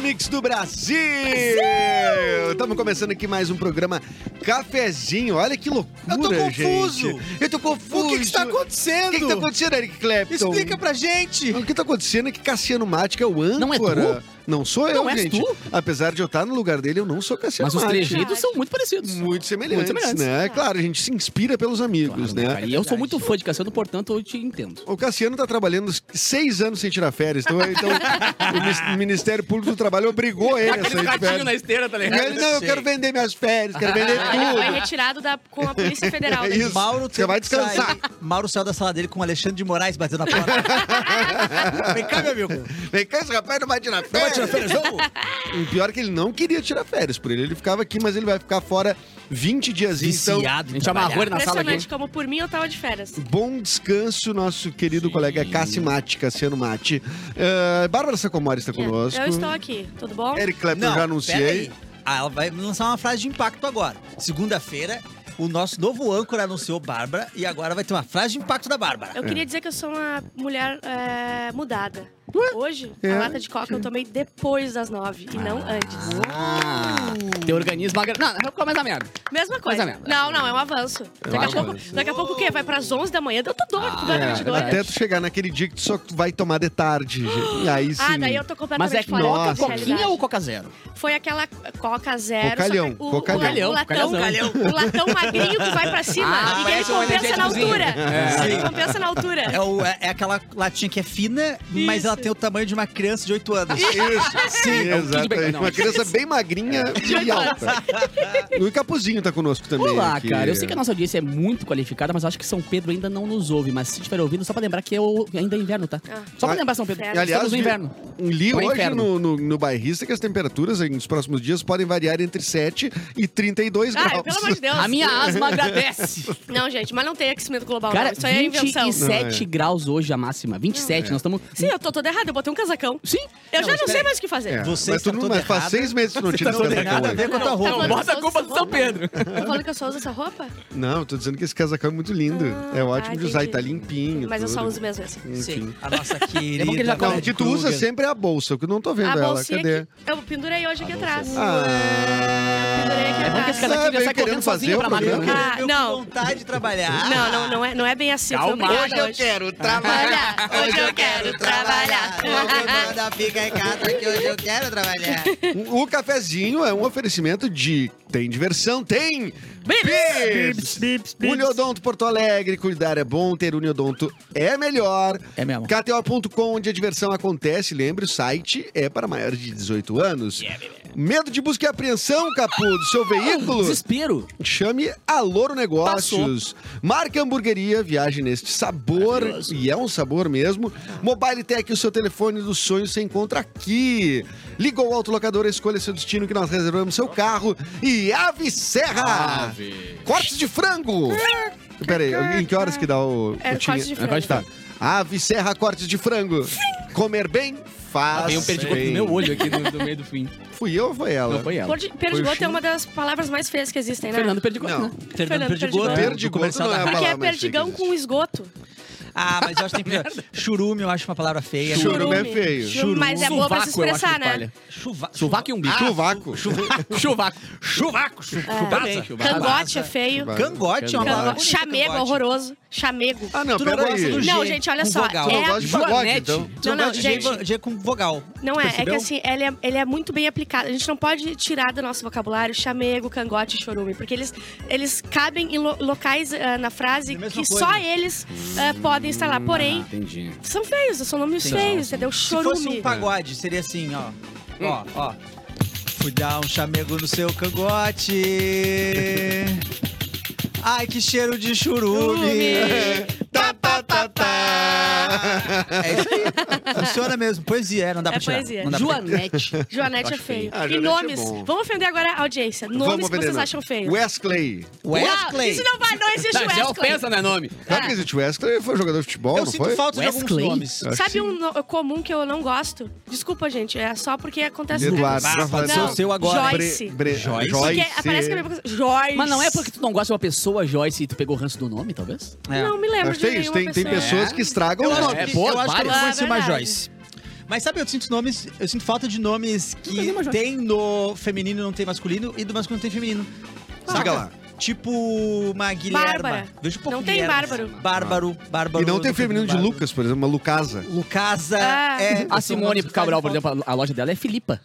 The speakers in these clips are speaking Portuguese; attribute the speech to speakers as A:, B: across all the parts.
A: Mix do Brasil! Estamos começando aqui mais um programa Cafezinho. Olha que loucura,
B: Eu tô confuso.
A: gente. Eu tô confuso!
B: O que que está
A: O
B: acontecendo?
A: que, que tá acontecendo, Eric Clapton?
B: Explica pra gente.
A: O que tá acontecendo é que Cassiano Matic é o âncora.
C: Não é tu?
A: Não sou eu,
C: Não és
A: gente.
C: tu?
A: Apesar de eu estar no lugar dele, eu não sou Cassiano
C: Mas os
A: Matic.
C: trejeitos são muito parecidos.
A: Muito semelhantes,
C: Muito semelhantes.
A: né? Claro, a gente se inspira pelos amigos,
C: Claro,
A: né?
C: cara, E eu sou muito fã de Cassiano, portanto eu te entendo.
A: O Cassiano tá trabalhando seis anos sem tirar férias, então, então o Mis- Ministério Público do Trabalho obrigou ele a sair de férias.
C: esteira, tá
A: E ele, não, eu quero vender minhas férias, quero vender
D: Ah, ele foi
A: tudo.
D: retirado da, com a Polícia Federal. né?
A: É
D: daqui.
A: isso.
B: Mauro
A: Você vai
B: teve que sair.
A: descansar.
B: Mauro saiu da sala dele com o Alexandre de Moraes batendo na porta. Vem cá, meu amigo.
A: Vem cá, esse rapaz não vai tirar
B: Não vai
A: férias.
B: tirar férias, não?
A: O pior é que ele não queria tirar férias por ele. Ele ficava aqui, mas ele vai ficar fora 20 dias. Então,
B: Viciado.
C: A gente amarrou ele na sala
D: Impressionante
C: aqui.
D: como por mim eu tava de férias.
A: bom descanso, nosso querido
C: Sim.
A: colega Cassi Mate, Cassiano Mate. Eh, Bárbara Sacomori está conosco.
D: Eu estou aqui, tudo bom?
A: Eric Clapton
B: Não,
A: já anunciei.
B: peraí. Ah, ela vai lançar uma frase de impacto agora. Segunda-feira, o nosso novo âncora anunciou Bárbara e agora vai ter uma frase de impacto da Bárbara.
D: Eu
A: É.
D: queria dizer que eu sou uma mulher é, mudada. Hoje,
A: É.
D: a lata de coca eu tomei depois das nove e não antes.
C: Ah, teu organismo agra... Não, não, começa a merda.
D: Mesma coisa.
C: merda.
D: Não, não, é um avanço. Daqui, a, pouco,
A: avanço.
D: daqui a pouco o quê? Vai pras 11 da manhã? Eu tô doida, completamente
A: É,
D: doida.
A: até tu chegar naquele dia que tu só vai tomar de tarde. gente. E aí sim.
D: Ah, daí eu tô
C: Mas
D: completamente
C: é
D: fora
A: Nossa.
C: coca,
D: de
C: coquinha
D: realidade.
C: ou coca zero?
D: Foi aquela coca zero.
A: Cocalhão,
D: só que o,
A: cocalhão.
D: o, o, latão,
C: Cocalhão.
D: o latão magrinho que vai pra cima
C: Ah,
D: e que ele
C: parece um
D: compensa na
C: energéticozinho.
D: altura.
C: É.
D: Ele compensa na altura.
B: É, o- é- é aquela latinha que é fina, mas
D: Isso.
B: ela tem o tamanho de uma criança de 8 anos.
A: Isso, sim,
C: É um Kid Bengala,
A: exatamente.
C: não.
A: Uma criança bem magrinha
D: É.
A: e alta. O Capuzinho tá conosco também.
C: Olá,
A: aqui.
C: cara. Eu sei que a nossa audiência é muito qualificada, mas eu acho que São Pedro ainda não nos ouve. Mas se estiver ouvindo, só pra lembrar que é o- ainda é inverno, tá?
D: Ah.
C: Só pra
A: Ah,
C: lembrar, São Pedro.
D: certo.
A: E, aliás,
C: Estamos no
A: vi-
C: inverno.
A: Um Li
C: Tô em
A: hoje no,
C: inferno.
A: no, no bairrista que as temperaturas em- nos próximos dias podem variar entre 7 e 32
D: Ah,
A: graus.
D: pelo amor de Deus.
C: A minha asma agradece.
D: Não, gente, mas não tem aquecimento global,
C: Cara,
D: não. Isso aí é invenção. Tá
C: 27 graus hoje a máxima.
A: É.
C: 27, nós estamos...
D: Sim, eu tô toda errada, eu botei um casacão.
C: Sim. Não,
D: Eu já
C: mas
D: não sei
C: peraí.
D: mais o que fazer.
A: É,
B: Você
A: mas tu
B: está
A: não,
B: toda
A: mas faz
B: errada.
A: seis meses que tu não tira
B: Não
A: esse
B: tem nada
A: casacão
B: a
A: aí.
B: ver com a tua
D: Não, tá
B: roupa.
D: bom.
C: Bota a culpa do São Pedro.
D: Tá falando que eu só uso essa roupa?
A: Não, tô dizendo que esse casacão é muito lindo.
D: Ah,
A: é ótimo de
D: ah,
A: usar e
D: entendi.
A: tá limpinho.
D: Mas eu só
A: tudo.
D: uso mesmo essa.
A: Enfim.
B: Sim, a nossa
C: bom que ele já
B: querida.
A: Não, o que tu usa
B: Kruger.
A: sempre é a bolsa, que eu não tô vendo
D: a
A: ela.
D: bolsinha
A: Cadê?
D: aqui. Eu pendurei hoje aqui
C: A
D: atrás.
A: Ah,
D: Pendurei aqui
C: É bom que
D: atrás.
C: esse casaquinho já
A: Sabe, querendo
C: sai correndo
A: fazer
C: sozinho
A: o
C: pra malhar.
A: programa.
D: Ah,
B: Eu
D: não.
B: com vontade de trabalhar.
D: Não, não, não é, não é bem assim.
C: Calma.
D: Foi obrigada
C: Hoje eu
D: quero trabalhar. Hoje eu quero trabalhar.
B: Toda fica em casa que hoje eu quero trabalhar.
A: O cafezinho é um oferecimento de tem diversão, tem Bips! Uniodonto Porto Alegre, cuidar é bom, ter Uniodonto é melhor.
B: É mesmo.
A: KTO.com, onde a diversão acontece, lembre, o site é para maiores de 18 anos. Medo de busca e apreensão, capô, do seu veículo?
C: Desespero.
A: Chame a Loro Negócios. Marca Hamburgueria, viaje neste sabor. E é um sabor mesmo. Mobile Tech, o seu telefone do sonho se encontra aqui. Ligou o autolocador, escolha seu destino que nós reservamos seu carro. E Ave Serra! Cortes de frango! Peraí, em que horas que dá o...
D: É,
A: o time?
D: corte de frango.
A: Tá. Ave Serra, cortes de frango. Comer bem, faz
C: Tem um perdigoto
A: bem.
C: no meu olho aqui no, no meio do fim.
A: Fui eu ou foi ela?
C: Não foi ela.
D: Perdi- Perdigoto é uma das palavras mais feias que existem, né?
C: Fernando Perdigoto,
A: Não.
C: né?
B: Fernando Perdigão.
D: Perdigão.
B: Perdigão.
A: Perdigoto não é a palavra
D: Porque é
A: mais feia que
D: perdigão
A: existe.
D: com esgoto.
B: Ah, mas eu acho que tem pior. Churume, eu acho uma palavra feia.
A: Churume. é feio.
D: Churume. Mas é boa pra se expressar, né?
B: Chuva...
C: Chuvaco e
A: um
C: umbigo.
A: Chuvaco.
C: Ah, Chuvaco. Chuvaco. Chu- Chubaca.
D: Cangote é feio.
A: Chuvaco.
B: Cangote é uma
C: Cangote.
B: palavra
D: Cango-
B: bonita,
D: Chamego,
B: cangote.
D: horroroso. Chamego.
A: Ah, não,
B: Tu não
A: peraí.
B: gosta do G
D: Não, gente, olha
B: com
D: só,
B: Vogal.
A: Eu
D: é-
A: gosto de pagode,
C: Joanete.
A: então.
B: Tu não,
D: Não, não,
B: gosta de G-
D: gente.
B: G com vogal.
D: Não é, é que
B: Percebeu?
D: assim, ele é, ele é muito bem aplicado. A gente não pode tirar do nosso vocabulário chamego, cangote e chorume, porque eles, eles cabem em lo- locais ah, na frase
B: É a mesma
D: que
B: coisa.
D: só eles ah, podem estar lá. Porém,
C: Entendi.
D: são feios, são nomes
B: Sim.
D: feios, entendeu?
B: Se
D: Chorume.
B: fosse um pagode, seria assim, ó.
D: É.
B: Ó, ó. Fui dar um chamego no seu cangote. Ai, que cheiro de churume.
A: Tá, tá, tá, tá.
B: É isso aí. Funciona mesmo. Poesia, é, não dá
D: É
B: pra tirar.
D: poesia.
B: Não dá pra tirar.
C: Joanete.
D: Joanete é feio.
A: Ah,
D: e
A: Joanete é
D: nomes.
A: bom.
D: Vamos ofender agora a audiência. Nomes
A: Vamos
D: que vocês
A: veneno.
D: acham feios.
A: Wesley.
D: Uau,
B: Wesley.
D: isso não vai, não existe
C: Tá, isso é
D: Wesley.
C: ofensa, né, nome?
A: Sabe
D: É.
A: que existe Wesley? Foi jogador de futebol,
B: Eu
A: não
B: sinto
A: foi?
B: falta de alguns
C: Wesley?
B: nomes.
A: Eu acho que
D: Sabe
A: sim.
D: um no- comum que eu não gosto? Desculpa, gente, é só porque acontece...
A: Eduardo.
B: Ah,
A: Rafael.
B: pode ser o seu agora.
D: Joyce.
A: Bre- Bre-
B: Joyce.
D: Porque
A: Joyce.
D: aparece que é a minha coisa- Joyce.
C: Mas não é porque tu não gosta de uma pessoa, Joyce, e tu pegou o ranço do nome, talvez?
B: É.
D: Não me lembro
A: Mas
D: de
A: tem
D: nenhuma
A: isso, tem, tem
D: pessoa.
A: pessoas que estragam
B: Eu
A: o
B: acho,
A: nome.
C: É,
B: que,
C: pô,
B: eu acho que eu
C: vários.
B: não conheci
D: Ah,
B: mais
D: verdade.
B: Joyce. Mas sabe, eu sinto nomes, eu sinto falta de nomes
C: tem
B: que
C: uma, já.
B: tem no feminino e não tem masculino e do masculino tem feminino.
A: Diga lá.
B: Tipo uma Guilherma.
D: Bárbara.
B: Veja um pouco
D: Não tem
B: Guilherma.
D: Bárbaro.
B: Bárbaro, Bárbaro.
A: E não
B: no
A: tem o feminino de
B: Bárbaro.
A: Lucas, por exemplo, é uma Lucasa.
B: Lucasa
D: Ah.
B: é.
C: A Simone Cabral, por exemplo, a loja dela é Filipa.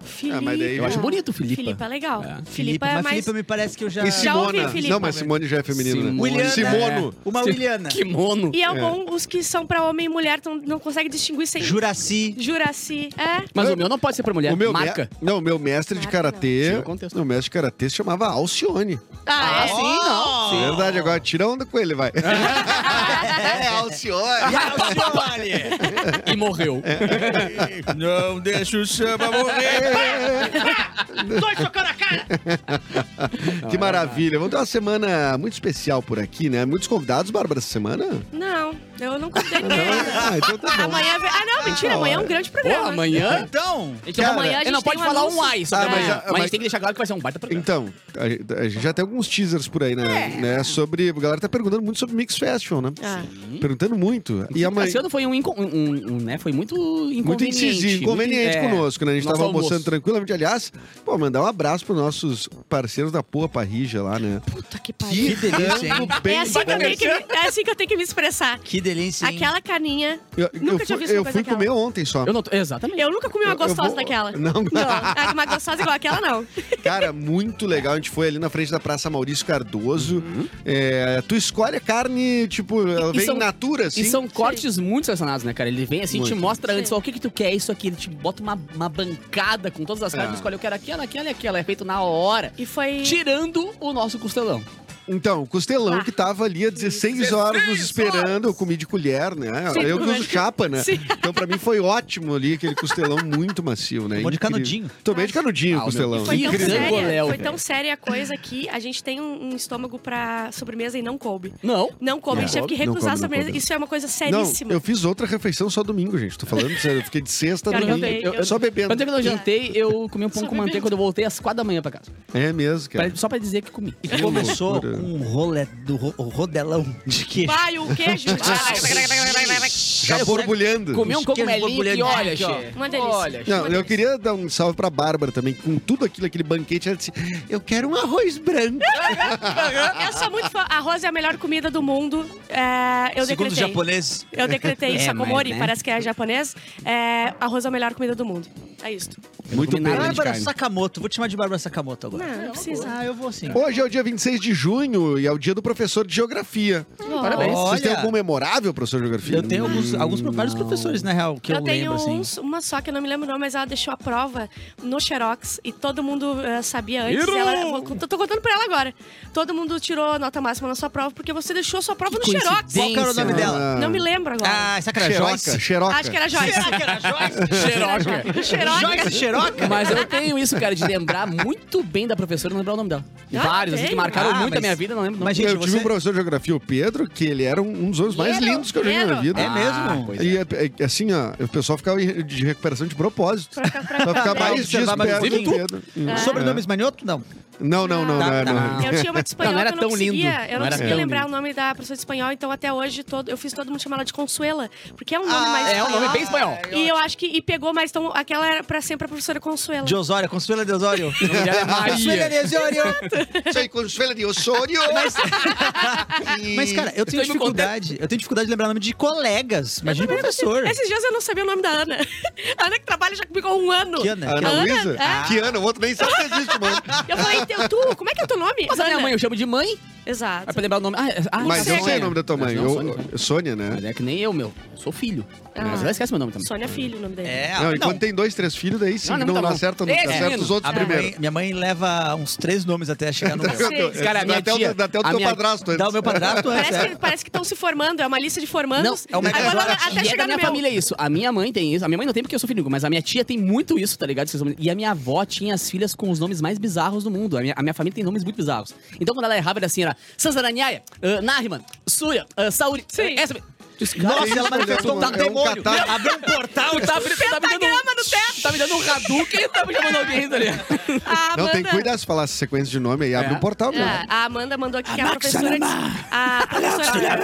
D: Filipa.
A: Ah, mas daí-
C: Eu acho bonito Filipa.
D: Filipa é legal.
C: É.
B: Filipa,
D: Filipa é
B: mas
D: mais.
B: Filipa me parece que eu já.
A: E
D: Já ouvi
A: Simona.
D: Filipa.
A: Não, mas Simone já é feminino, né?
C: Simone.
B: Williana.
A: Simono.
B: Uma Williana.
C: Kimono.
D: E é,
A: É.
D: bom os que são pra homem e mulher, tão, não consegue distinguir sem.
B: Juraci.
D: Juraci. É.
C: Mas o meu não pode ser pra mulher.
A: O meu me-
C: Marca.
A: Não, o meu mestre de
D: Marca, não.
A: karatê.
C: Tira o contexto.
A: Meu mestre de karatê se chamava Alcione.
D: Ah, é.
B: sim, não.
A: Verdade, agora tira onda com ele, vai. é, Alcione. é.
C: E morreu.
B: Não deixa o chama morrer.
D: Dois socão na cara!
A: Que maravilha. Vamos ter uma semana muito especial por aqui, né? Muitos convidados, Bárbara, essa semana?
D: Não, eu não convidei
A: Não? né?
D: ninguém.
A: Ah, então tá bom.
D: Amanhã. vem- Ah, não, mentira, amanhã é um grande
C: Pô,
D: programa.
C: amanhã.
B: Então,
C: Ele
A: Cara,
D: amanhã a gente
C: não
D: tem
C: pode
D: um
C: falar
D: anúncio.
C: um ai sobre
A: Ah, mas
C: amanhã.
A: já-
C: Mas, a
A: mas-
C: gente tem que deixar claro que vai ser um baita programa.
A: Então, a, a gente já tem alguns teasers por aí, né? né? Sobre. A galera tá perguntando muito sobre Mix Festival, né?
D: Ah.
A: Perguntando muito. E amanhã.
C: Esse ano foi um, inco- um- um- um, né? Foi muito inconveniente.
A: Muito incisivo, inconveniente
C: muito- é,
A: conosco, né? A gente
C: nosso
A: tava almoçando
C: almoço.
A: tranquilamente. Aliás, pô, mandar um abraço pros nossos parceiros da Porra Parrija lá, né?
D: Puta que
A: Que
D: pariu.
B: delícia, hein?
A: rango bem
D: É assim, que eu
A: bom.
D: tenho que me, é assim que eu tenho que me expressar.
B: que delícia. hein?
D: Aquela caninha.
A: Eu,
D: Nunca
A: eu
D: tinha
A: fui,
D: visto uma
A: eu
D: coisa
A: fui comer ontem só.
C: Eu não tô- exatamente.
D: Eu nunca comi uma
A: Eu- eu
D: gostosa
A: vou-
D: daquela.
A: Não.
D: não. Uma gostosa igual aquela, não.
A: Cara, muito legal. A gente foi ali na frente da Praça Maurício Cardoso.
C: Uhum.
A: É, tu escolhe a carne, tipo, ela
C: E
A: vem
C: são-
A: in natura,
C: E
A: assim.
C: são cortes muito selecionados, né, cara? Ele vem assim, te
A: Muito.
C: mostra antes,
D: Sim.
C: fala, o que que tu quer isso aqui. Ele te bota uma, uma bancada com todas as carnes,
A: É.
C: tu escolhe, eu quero aquela, aquela e aquela. É feito na hora.
D: E foi.
C: Tirando o nosso costelão.
A: Então, o costelão
D: Ah.
A: que tava ali há 16 horas nos esperando, eu comi de colher, né?
D: Sim,
A: eu que
D: mas-
A: uso chapa, né?
D: Sim.
A: Então, pra mim, foi ótimo ali, aquele costelão muito macio, né?
B: Tomou de
A: Incrível.
B: canudinho.
A: Tomei de canudinho
C: Ah,
A: o
C: o
A: costelão.
C: meu-
D: Foi tão,
C: Incrível.
A: né,
D: séria,
C: Goléu,
D: foi
C: velho.
D: tão séria a coisa que a gente tem um, um estômago pra sobremesa e não coube.
C: Não.
D: Não coube,
A: Não
D: a gente teve que
A: coube, não
D: recusar
A: coube,
D: a
A: não
D: sobremesa.
A: coube.
D: Isso é uma coisa
A: Não,
D: seríssima.
A: eu fiz outra refeição só domingo, gente. Tô falando sério, eu fiquei de sexta,
D: Cara, eu
A: domingo,
D: também, eu-
A: só bebendo.
C: Quando eu não jantei, eu comi um pão
D: É. Só
C: com manteiga
D: bebendo.
C: quando eu voltei às quatro da manhã pra casa.
A: É mesmo, cara.
C: Pra- só pra dizer que comi.
B: E começou
A: loucura.
B: um rolê do ro- rodelão de queijo.
D: Vai, o queijo. É,
A: Já borbulhando.
C: Comi um
B: Os queijos
C: cogumelinho que
B: borbulhantes
C: olha,
B: aqui,
C: che.
B: ó.
D: Uma delícia.
C: Olha, che.
A: Não, eu queria dar um salve pra Bárbara também. Com tudo aquilo, aquele banquete, ela disse: Eu quero um arroz branco.
D: Eu sou muito fã. Arroz é a melhor comida do mundo. É, eu
B: Segundo os
D: decretei.
B: japoneses.
D: Eu decretei
B: É,
D: isso, Sakomori,
B: mas, né?
D: parece que é japonês. É, arroz é a melhor comida do mundo. É isso.
A: Muito
C: comi nada.
A: bem.
C: de
B: Ah, Bárbara
C: carne.
B: Sakamoto. Vou te chamar de Bárbara Sakamoto agora.
D: Não, não precisa.
B: Ah, eu vou sim.
A: Hoje é o dia 26 de junho e é o dia do professor de geografia.
C: Parabéns.
A: Vocês têm
B: Olha.
A: algum memorável professor de geografia?
B: Eu tenho um alguns, alguns vários professores, na real, que eu,
D: eu tenho
B: lembro, assim.
D: uns- uma só que eu não me lembro o nome, mas ela deixou a prova no Xerox e todo mundo eh, sabia antes.
C: Errou!
D: Ela, vou- tô, tô contando pra ela agora. Todo mundo tirou a nota máxima na sua prova porque você deixou a sua prova no Xerox.
C: coincidência.
B: Qual que era o nome
C: Ah.
B: dela?
D: Não me lembro agora.
B: Ah, Sakara
A: Xeroca.
B: Joyce.
A: Xeroca.
D: Acho que era Joyce.
B: Será que era Joyce? né?
C: Xeroca.
D: Xerox.
B: Joyce Xeroca?
C: Mas eu tenho isso, cara, de lembrar muito bem da professora e não lembrar o nome dela.
D: Ah,
C: Vários, assim,
D: tem?
C: que marcaram
B: Ah,
C: muito
B: mas-
C: a minha vida, não lembro. o nome.
B: mas, gente,
A: eu tive
B: você-
A: um professor de geografia, o Pedro, que ele era um, um dos homens mais
D: Pedro,
A: lindos que eu já vi na minha
D: Pedro.
A: vida.
B: É mesmo?
C: pois
A: E é- é- assim, ó, o pessoal ficava em- de recuperação de propósito.
D: Pra ficar- pra-
A: Pra ficar
B: É,
A: mais dias
B: observar mais
A: perto
B: um
A: do
B: pouquinho.
A: Pedro. É.
B: Sobrenomes Manioto? Não.
A: Não, não, não, não,
B: Tá, tá.
A: não.
D: Eu tinha uma de espanhol
C: Não, não era
D: que eu não
C: tão
D: conseguia.
C: lindo.
D: Eu não,
C: Não era
D: conseguia
C: tão
D: lembrar
C: lindo.
D: o nome da professora de espanhol, então até hoje todo, eu fiz todo mundo chamar ela de Consuela, porque é um nome
B: Ah,
D: mais
C: É um nome bem espanhol.
D: E eu acho que e pegou mais, então aquela era pra sempre a professora Consuela.
B: De Osório, Consuela de Osório.
C: O nome dela é
B: Consuela
C: Maria.
B: de Osório.
A: Sei Consuelo de Osório. Mas,
B: Mas, cara, eu tenho
C: Você me
B: dificuldade. Eu tenho dificuldade de lembrar o nome de colegas. Imagina professor.
D: Esses dias eu não sabia o nome da Ana. A Ana que trabalha já comigo há um ano.
B: Que
C: Ah,
B: Ana?
A: Ana
D: Ana, Ah,
A: Luísa?
D: é.
A: Que Ana? O outro nem sabe que existe, mano.
D: Eu falei, teu, tu, como é que é o teu nome?
C: Mas a minha
D: Ana.
C: mãe, eu chamo de mãe. Aí
D: Exato.
C: pra lembrar o nome. Ah, é- ah,
A: Mas
C: é
A: eu sei
C: Sônia.
A: o nome da tua
C: Mas
A: mãe.
C: não,
A: Eu-
C: Sônia, Sônia.
A: eu- Sônia,
C: Mas
A: né?
C: é que nem eu, meu. Eu sou filho.
D: Ah.
C: Mas ela esquece meu nome também.
D: Sônia Filho, o nome dele.
B: É,
A: Não, e
B: não.
A: quando tem dois, três filhos, daí sim,
C: Ah,
A: não,
C: não,
A: não,
C: tá bom.
A: acerta, não
C: Esse
A: acerta
C: menino.
A: os outros
B: A minha,
A: primeiro. Então,
B: mãe, minha mãe leva uns três nomes até chegar no meu.
D: Sim.
C: Cara, a minha
A: Dá até o-
C: tia-
A: dá até o
C: a
A: teu
C: minha-
A: padrasto antes.
B: Dá o meu padrasto é antes.
D: Parece que parece que estão se formando, é uma lista de formandos.
B: Não, é uma
D: Agora,
B: casola.
D: até
C: e é da
D: chegar
C: minha
D: no meu.
C: família isso. A minha mãe tem isso. A minha mãe não tem porque eu sou filho único, mas a minha tia tem muito isso, tá ligado? Esses nomes. E a minha avó tinha as filhas com os nomes mais bizarros do mundo. A minha, a minha família tem nomes muito bizarros. Então quando ela errava, era assim, era Sanzaranhaya, uh, Nariman, Surya, uh, Sauri,
D: Sim.
C: eh, essa-
A: Esse cara é
B: Nossa,
A: isso,
B: ela manifestou um
A: né? É
C: Tá
B: demônio.
A: catar-
B: Abriu um portal.
C: Tu tá, tá me dando um, no teto. Tá me dando um Hadouken e tá me chamando alguém, tá ligado?
D: A
A: Não,
D: Ah, Amanda,
A: tem que cuidar se falar essa sequência de nome aí. Abre
C: É.
A: um portal mesmo.
D: É, a Amanda mandou aqui que a
C: Alexa
D: professora. de-
C: Lama!
A: é
D: A professora,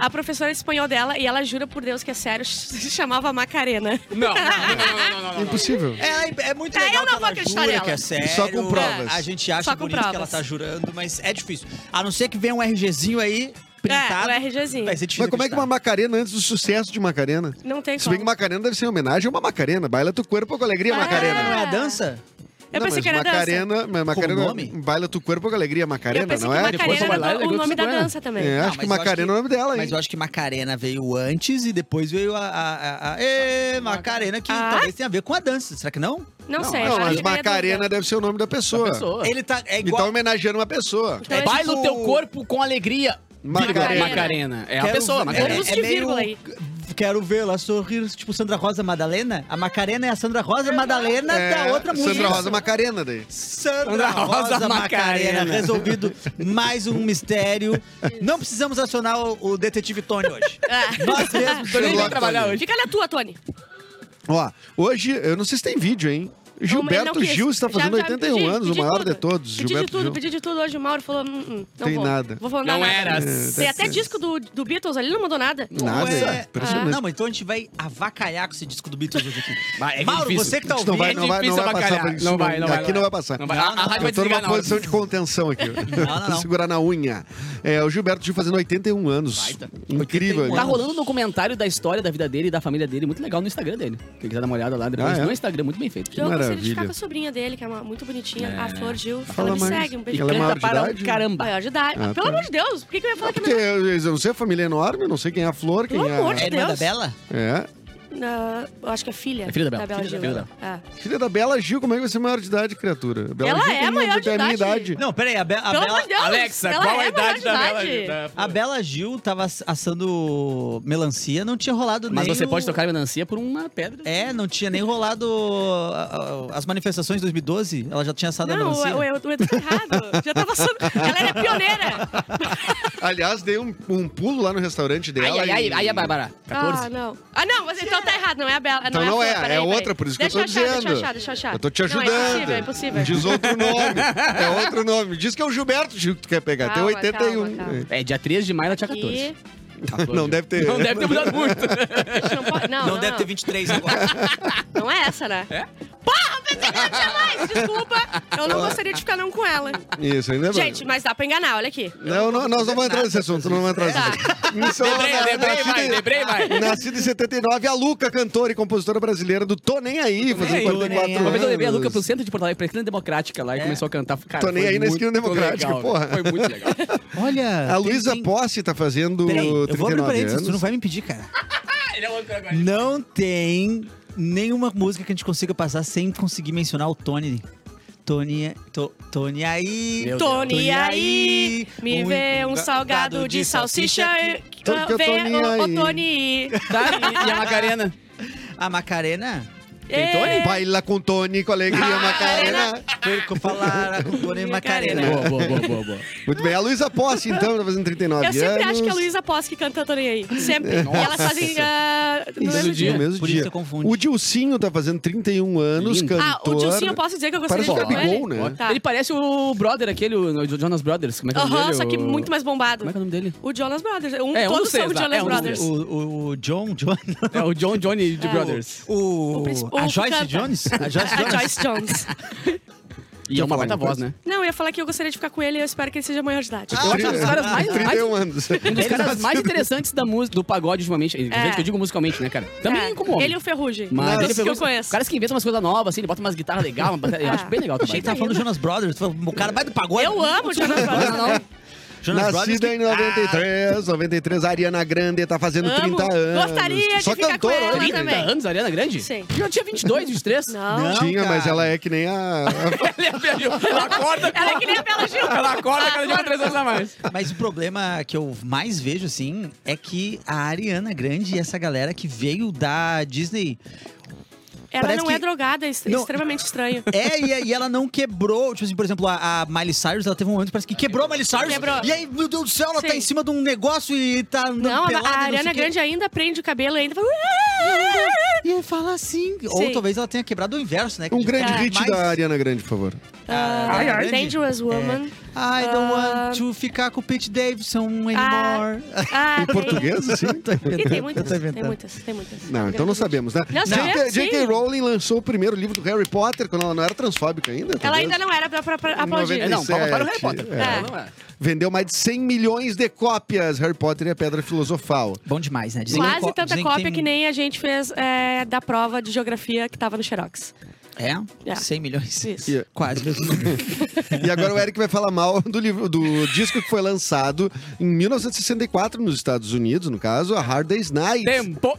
D: a professora de espanhol dela, e ela jura por Deus que é sério, se chamava Macarena.
C: Não, não, não, não, não, não, não.
A: Impossível.
B: É, é muito
D: É, eu
B: legal
D: não
B: que
D: vou
B: ela
D: acreditar
B: jura
D: nela.
B: que é sério.
A: Só com provas.
B: A gente acha
D: Só com
B: bonito que ela
D: provas.
B: tá jurando, mas é difícil. A não ser que venha um RGzinho aí, printado.
D: É, o RGzinho.
B: Vai ser difícil
A: Mas como é que uma
B: acreditar.
A: Macarena antes do sucesso de Macarena?
D: Não tem
A: Se bem que
D: como.
A: Macarena deve ser em homenagem a uma Macarena. Baila tu corpo com alegria,
D: Ah,
A: Macarena.
B: Não é dança?
D: Eu
A: Não,
D: pensei
A: mas
D: que era dança.
A: Macarena, mas Macarena
B: nome?
A: baila tu corpo com alegria,
D: Eu
A: Macarena,
D: pensei
A: não
D: que
A: é?
C: Depois tu vai lá e
D: Macarena era o
C: negócia
D: nome da
C: com ela.
D: dança também.
A: É,
B: Não,
A: acho
B: mas
A: que
B: eu
A: Macarena é o
B: acho
A: nome dela, hein?
B: Mas eu acho que Macarena veio antes e depois veio a. a, a, a- Ê, Macarena, que
D: Ah.
B: talvez tenha a ver com a dança. Será que não?
D: Não, sei.
A: Não,
D: agora
A: mas
D: fiquei meio
A: Macarena
D: dúvida.
A: deve ser o nome da pessoa.
C: Pessoa.
B: Ele tá. É
A: E tá
B: igual.
A: homenageando uma pessoa.
D: Então é
C: Baila
B: tipo-
C: o teu corpo com alegria. vírgula,
A: Macarena.
C: Macarena. É a
B: Quero
C: pessoa,
B: ver-
C: Macarena.
D: Vamos de vírgula aí.
B: Quero vê-la sorrir, tipo Sandra Rosa Madalena. A Macarena é a Sandra Rosa
D: Tá,
B: Madalena da outra música.
A: É, Sandra Rosa Macarena daí.
B: Sandra
C: Sandra
B: Rosa,
C: Rosa
B: Macarena.
C: Macarena.
B: Resolvido mais um mistério. Não precisamos acionar o, o detetive Tony hoje.
D: É.
B: Nós mesmos.
C: Tô nem
A: Sherlock
C: vou trabalhar
A: Holmes.
C: hoje.
D: Fica na tua, Tony.
A: Ó, hoje, eu não sei se tem vídeo, hein?
D: Não,
A: Gilberto
D: não quis.
A: Gil está
D: Já-
A: fazendo
D: já
A: 81
D: pedi,
A: anos, o
D: pedi
A: maior
D: tudo.
A: de todos.
D: Pedi de
A: Gilberto
D: tudo,
A: Gil.
D: pedi de tudo. Hoje o Mauro falou, "Hum, hum, não
A: Tem
D: vou.
A: nada. É, tá
D: Vou mandar
C: Não
D: nada.
C: era.
D: Tem até disco do, do Beatles ali, não mandou nada.
A: Nada,
B: Ué.
A: é impressionante.
B: Não, mas então a gente vai avacalhar com esse disco do Beatles hoje aqui.
C: Vai, é
B: Mauro,
C: difícil.
B: você que tá
A: A gente não
B: ouvindo.
A: vai, não vai, não
C: difícil
A: vai passar
C: avacalhar.
A: por isso.
C: Não vai, não vai,
A: Aqui não
C: não
A: vai
C: vai.
A: passar.
C: Não vai. A- a rádio Ah, vai
A: eu tô
C: desligar
A: numa
C: na hora.
A: posição de contenção aqui.
B: Não, não, não.
A: Segurar na unha. É, o Gilberto Gil fazendo 81 anos.
B: Baita.
A: Incrível.
B: 81
C: Tá
A: né?
C: rolando um documentário da história da vida dele e da família dele, muito legal no Instagram dele. Quem quiser dar uma olhada lá depois,
A: Ah, é?
C: no Instagram, muito bem feito.
D: Eu gostaria de ficar
A: maravilha.
D: com a sobrinha dele, que é uma- muito bonitinha, a Flor Gil.
A: Fala
D: ela me
A: mais.
D: segue, um
C: E
D: beijo.
A: Ela é maior
C: canta
A: de
C: para um
A: idade?
C: caramba.
D: Maior de idade.
A: Ah,
D: Pelo
A: tá.
D: amor de Deus, por que, que eu ia falar que
A: Porque
D: não?
A: eu eu não sei, a família é enorme, eu não sei quem é a flor, quem
D: Pelo
A: é.
D: amor
A: A...
D: de
B: É a irmã da
D: Deus.
B: Bela?
A: É.
D: Na- eu acho que é filha.
C: É filha da Bela,
D: Bela
C: filha
D: Gil.
C: da
D: É.
A: Filha da Bela Gil, como é que vai ser maior de idade, criatura? A Bela
D: Ela
A: Gil
D: é
A: tem
D: maior
A: uma-
D: de
A: tem a minha
D: idade.
A: idade.
B: Não, peraí, a, Be a
D: Pelo
B: Bela.
D: amor de Deus.
C: Alexa,
D: ela
C: qual
D: é
C: a idade da
D: maior
C: Bela?
D: de idade.
B: A Bela Gil tava assando melancia, não tinha rolado
C: Mas
B: nem
C: você
B: o-
C: pode tocar melancia por uma pedra.
B: É, não tinha nem rolado ah, ah, as manifestações de 2012. Ela já tinha assado a
D: Não, o,
B: melancia.
D: o, o Edu tá errado. Já tava sendo... Ela era pioneira.
A: Aliás, dei um, um pulo lá no restaurante dela.
C: Ai, ai, ai,
A: e-
C: ai, a Bárbara. 14.
D: Ah, não. Ah, não, mas então tá errado. Não é a Bela.
A: Então
D: não,
A: não
D: é, a
A: é,
D: Flor,
A: é
D: peraí, peraí.
A: outra, por isso que eu
D: deixa
A: tô
D: achar,
A: dizendo.
D: Deixa eu achar, deixa eu achar.
A: Eu tô te ajudando.
D: Não, é impossível, é impossível.
A: Diz outro nome. É outro nome. Diz que é o Gilberto Gil que tu quer pegar.
D: Calma,
A: Tem 81.
D: calma, calma.
C: É, dia 13 de maio ela tinha
D: Aqui.
C: 14.
A: Não deve ter.
C: Não deve ter mudado muito.
D: A gente não pode... Não, não,
B: Não, deve ter 23 agora.
D: Não é essa, né?
C: É?
D: Porra, eu pensei que não tinha mais. Desculpa. Eu não gostaria de ficar não com ela.
C: É,
A: Isso, ainda bem.
D: Gente, mas dá pra enganar, olha aqui.
A: Não, não, nós não vamos entrar nesse assunto, não vamos entrar nesse
D: Tá.
A: assunto. Isso é uma-
C: Lembrei, lembrei,
A: nascida-
C: vai, lembrei, vai.
A: Nascida em 79, a Luca, cantora e compositora brasileira do Tô Nem Aí, fazendo
C: Ei,
A: 44
C: Uma
A: anos.
C: vez é. eu levei a Luca pro centro de Porto Alegre, pra Esquina Democrática lá, e começou a cantar. Cara,
A: Tô nem
C: foi
A: aí na
C: muito
A: Esquina Democrática,
C: legal,
A: porra.
C: velho. Foi muito legal.
B: Olha.
A: A
B: tem-
A: Luísa
B: tem-
A: Posse tá fazendo
B: Peraí, eu vou abrir
A: 39
B: parênteses,
A: anos.
B: tu não vai me impedir, cara.
C: Ele é louco agora.
B: Não tem nenhuma música que a gente consiga passar sem conseguir mencionar o Tony. Tony, to, Tony aí.
C: Meu Deus.
D: Tony,
B: Tony
D: aí,
B: aí,
D: me
B: um
D: vê um
B: ga-
D: salgado
B: gado
D: de
B: de
D: salsicha.
B: salsicha
D: eh,
A: Tô-
C: é
A: que eu
D: vê
A: tô nem
D: o, o
A: aí.
D: Tony.
C: Tá, e- e a Macarena?
B: A Macarena.
C: Tem
D: Eh,
C: Tony?
A: Baila com Tony, com
B: Ah,
A: alegria, Macarena.
B: Perco falar com Tony
D: Macarena.
B: Macarena.
C: Boa, boa, boa, boa, boa.
A: Muito bem, a Luísa Posse, então, tá fazendo 39
D: Eu
A: anos.
D: sempre acho que é a Luísa Pós que canta Tony aí. Sempre. E elas fazem ah, no
A: Isso,
D: mesmo
A: no
D: dia.
A: mesmo
B: Por isso
A: dia.
B: você confunde.
A: O Dilcinho tá fazendo 31 anos,
C: Lindo.
A: cantor.
D: Ah, o Dilcinho eu posso dizer que eu gostaria
A: Parece
D: de
A: o
D: ficar
C: um
D: com ele.
A: Gabigol, né?
D: Tá.
C: Ele parece o brother aquele, o Jonas Brothers. Como é que é o nome
D: Aham,
C: dele?
D: só que
C: O-
D: muito mais bombado.
C: Como é que é o nome dele?
D: O Jonas Brothers. Um,
C: É, um
D: todos
C: dos
D: são
C: três
D: o
C: lá.
D: Jonas
C: É, um dos
D: Brothers.
B: O, o, o John, John.
C: É o John Johnny de
D: É,
C: Brothers.
B: O,
D: O princip- o
B: a
D: que
B: Joyce
D: canta.
B: Jones? A Joyce
D: A
B: Jones.
D: Joyce Jones.
C: E é uma
A: falar
C: baita
A: alguma
C: voz,
A: coisa?
C: né?
D: Não, eu ia falar que eu gostaria de ficar com ele e eu espero que ele seja maior de idade.
C: Eu acho um dos caras mais, mais,
A: 31 anos.
C: um dos caras mais interessantes da música, do pagode ultimamente. Gente, que eu digo musicalmente, né, cara? Também
D: É,
C: como homem.
D: Ele e o Ferrugem.
C: Mas
D: Todos
C: ele
D: que
C: pegou
D: eu conheço.
C: caras que inventam umas coisas novas, assim, ele bota umas guitarras legais, uma bateria- eu
D: Ah.
C: acho bem legal
B: Achei
C: também.
B: que tava falando do Jonas Brothers. O cara vai do pagode.
D: Eu amo o Jonas Brothers.
C: Não, não, não.
B: Jonas Brothers.
A: Nascida em 93, 93, Ariana Grande tá fazendo
D: Amo.
A: 30 anos.
D: Gostaria de
A: Só
D: ficar com
A: cantora,
D: ela
A: né?
C: 30
D: também.
C: anos, Ariana Grande?
D: Sim.
C: Eu tinha 22, 23.
D: Não.
B: Não.
A: Tinha, mas
B: cara.
A: ela é que nem a.
C: Ela, viajou, é ela acorda.
D: Ela é que nem a Bela Gil.
C: Ela acorda cada dia com 3 anos a mais.
B: Ah, Mas o problema que eu mais vejo, assim, é que a Ariana Grande e essa galera que veio da Disney.
D: Ela
B: Parece
D: não
B: que-
D: é drogada, é est-
B: Não.
D: extremamente estranho.
B: É, e, e ela não quebrou. Tipo assim, por exemplo, a, a Miley Cyrus, ela teve um momento que parece que quebrou a Miley Cyrus.
D: Quebrou.
B: E aí, meu Deus do céu, ela tá
D: Sim.
B: em cima de um negócio e tá andando
D: Não, a-
B: pelada. e não
D: a
B: sei
D: Ariana
B: o quê.
D: Grande ainda prende o cabelo e ainda fala.
B: E aí fala assim. Ou
D: Sim.
B: talvez ela tenha quebrado o inverso, né?
A: Um grande
D: É,
A: hit
B: mais-
A: da Ariana Grande, por favor.
D: "Ah,
B: Ai, ai.
D: Dangerous Woman.
B: I don't want to ficar com o Pete Davidson anymore.
D: Ah,
A: Em
D: tem-
A: português, assim?
D: E tem muitas,
B: Tô
D: tem
B: inventando.
D: muitas, tem muitas.
A: Não, então não sabemos, né?
D: Não
A: J.K.
D: sabemos,
A: J.K.
D: sim.
A: Rowling lançou o primeiro livro do Harry Potter, quando ela não era transfóbica ainda.
D: Ela
A: talvez.
D: ainda não era pra, pra, pra aplaudir.
C: É, não, palma para o
A: 17,
C: Harry Potter.
A: é.
C: Ela não é.
A: Vendeu mais de 100 milhões de cópias, Harry Potter e a Pedra Filosofal.
B: Bom demais, né? Dizem que
D: Quase
B: co-
D: tanta
B: dizem
D: cópia
B: tem-
D: que nem a gente fez é, da prova de geografia que tava no Xerox.
B: É?
D: É.
B: 100 milhões.
D: Isso.
A: E-
B: Quase.
A: E agora o Eric vai falar mal do livro, do disco que foi lançado em 1964 nos Estados Unidos, no caso, a Hard Day's Night.
C: Tempo.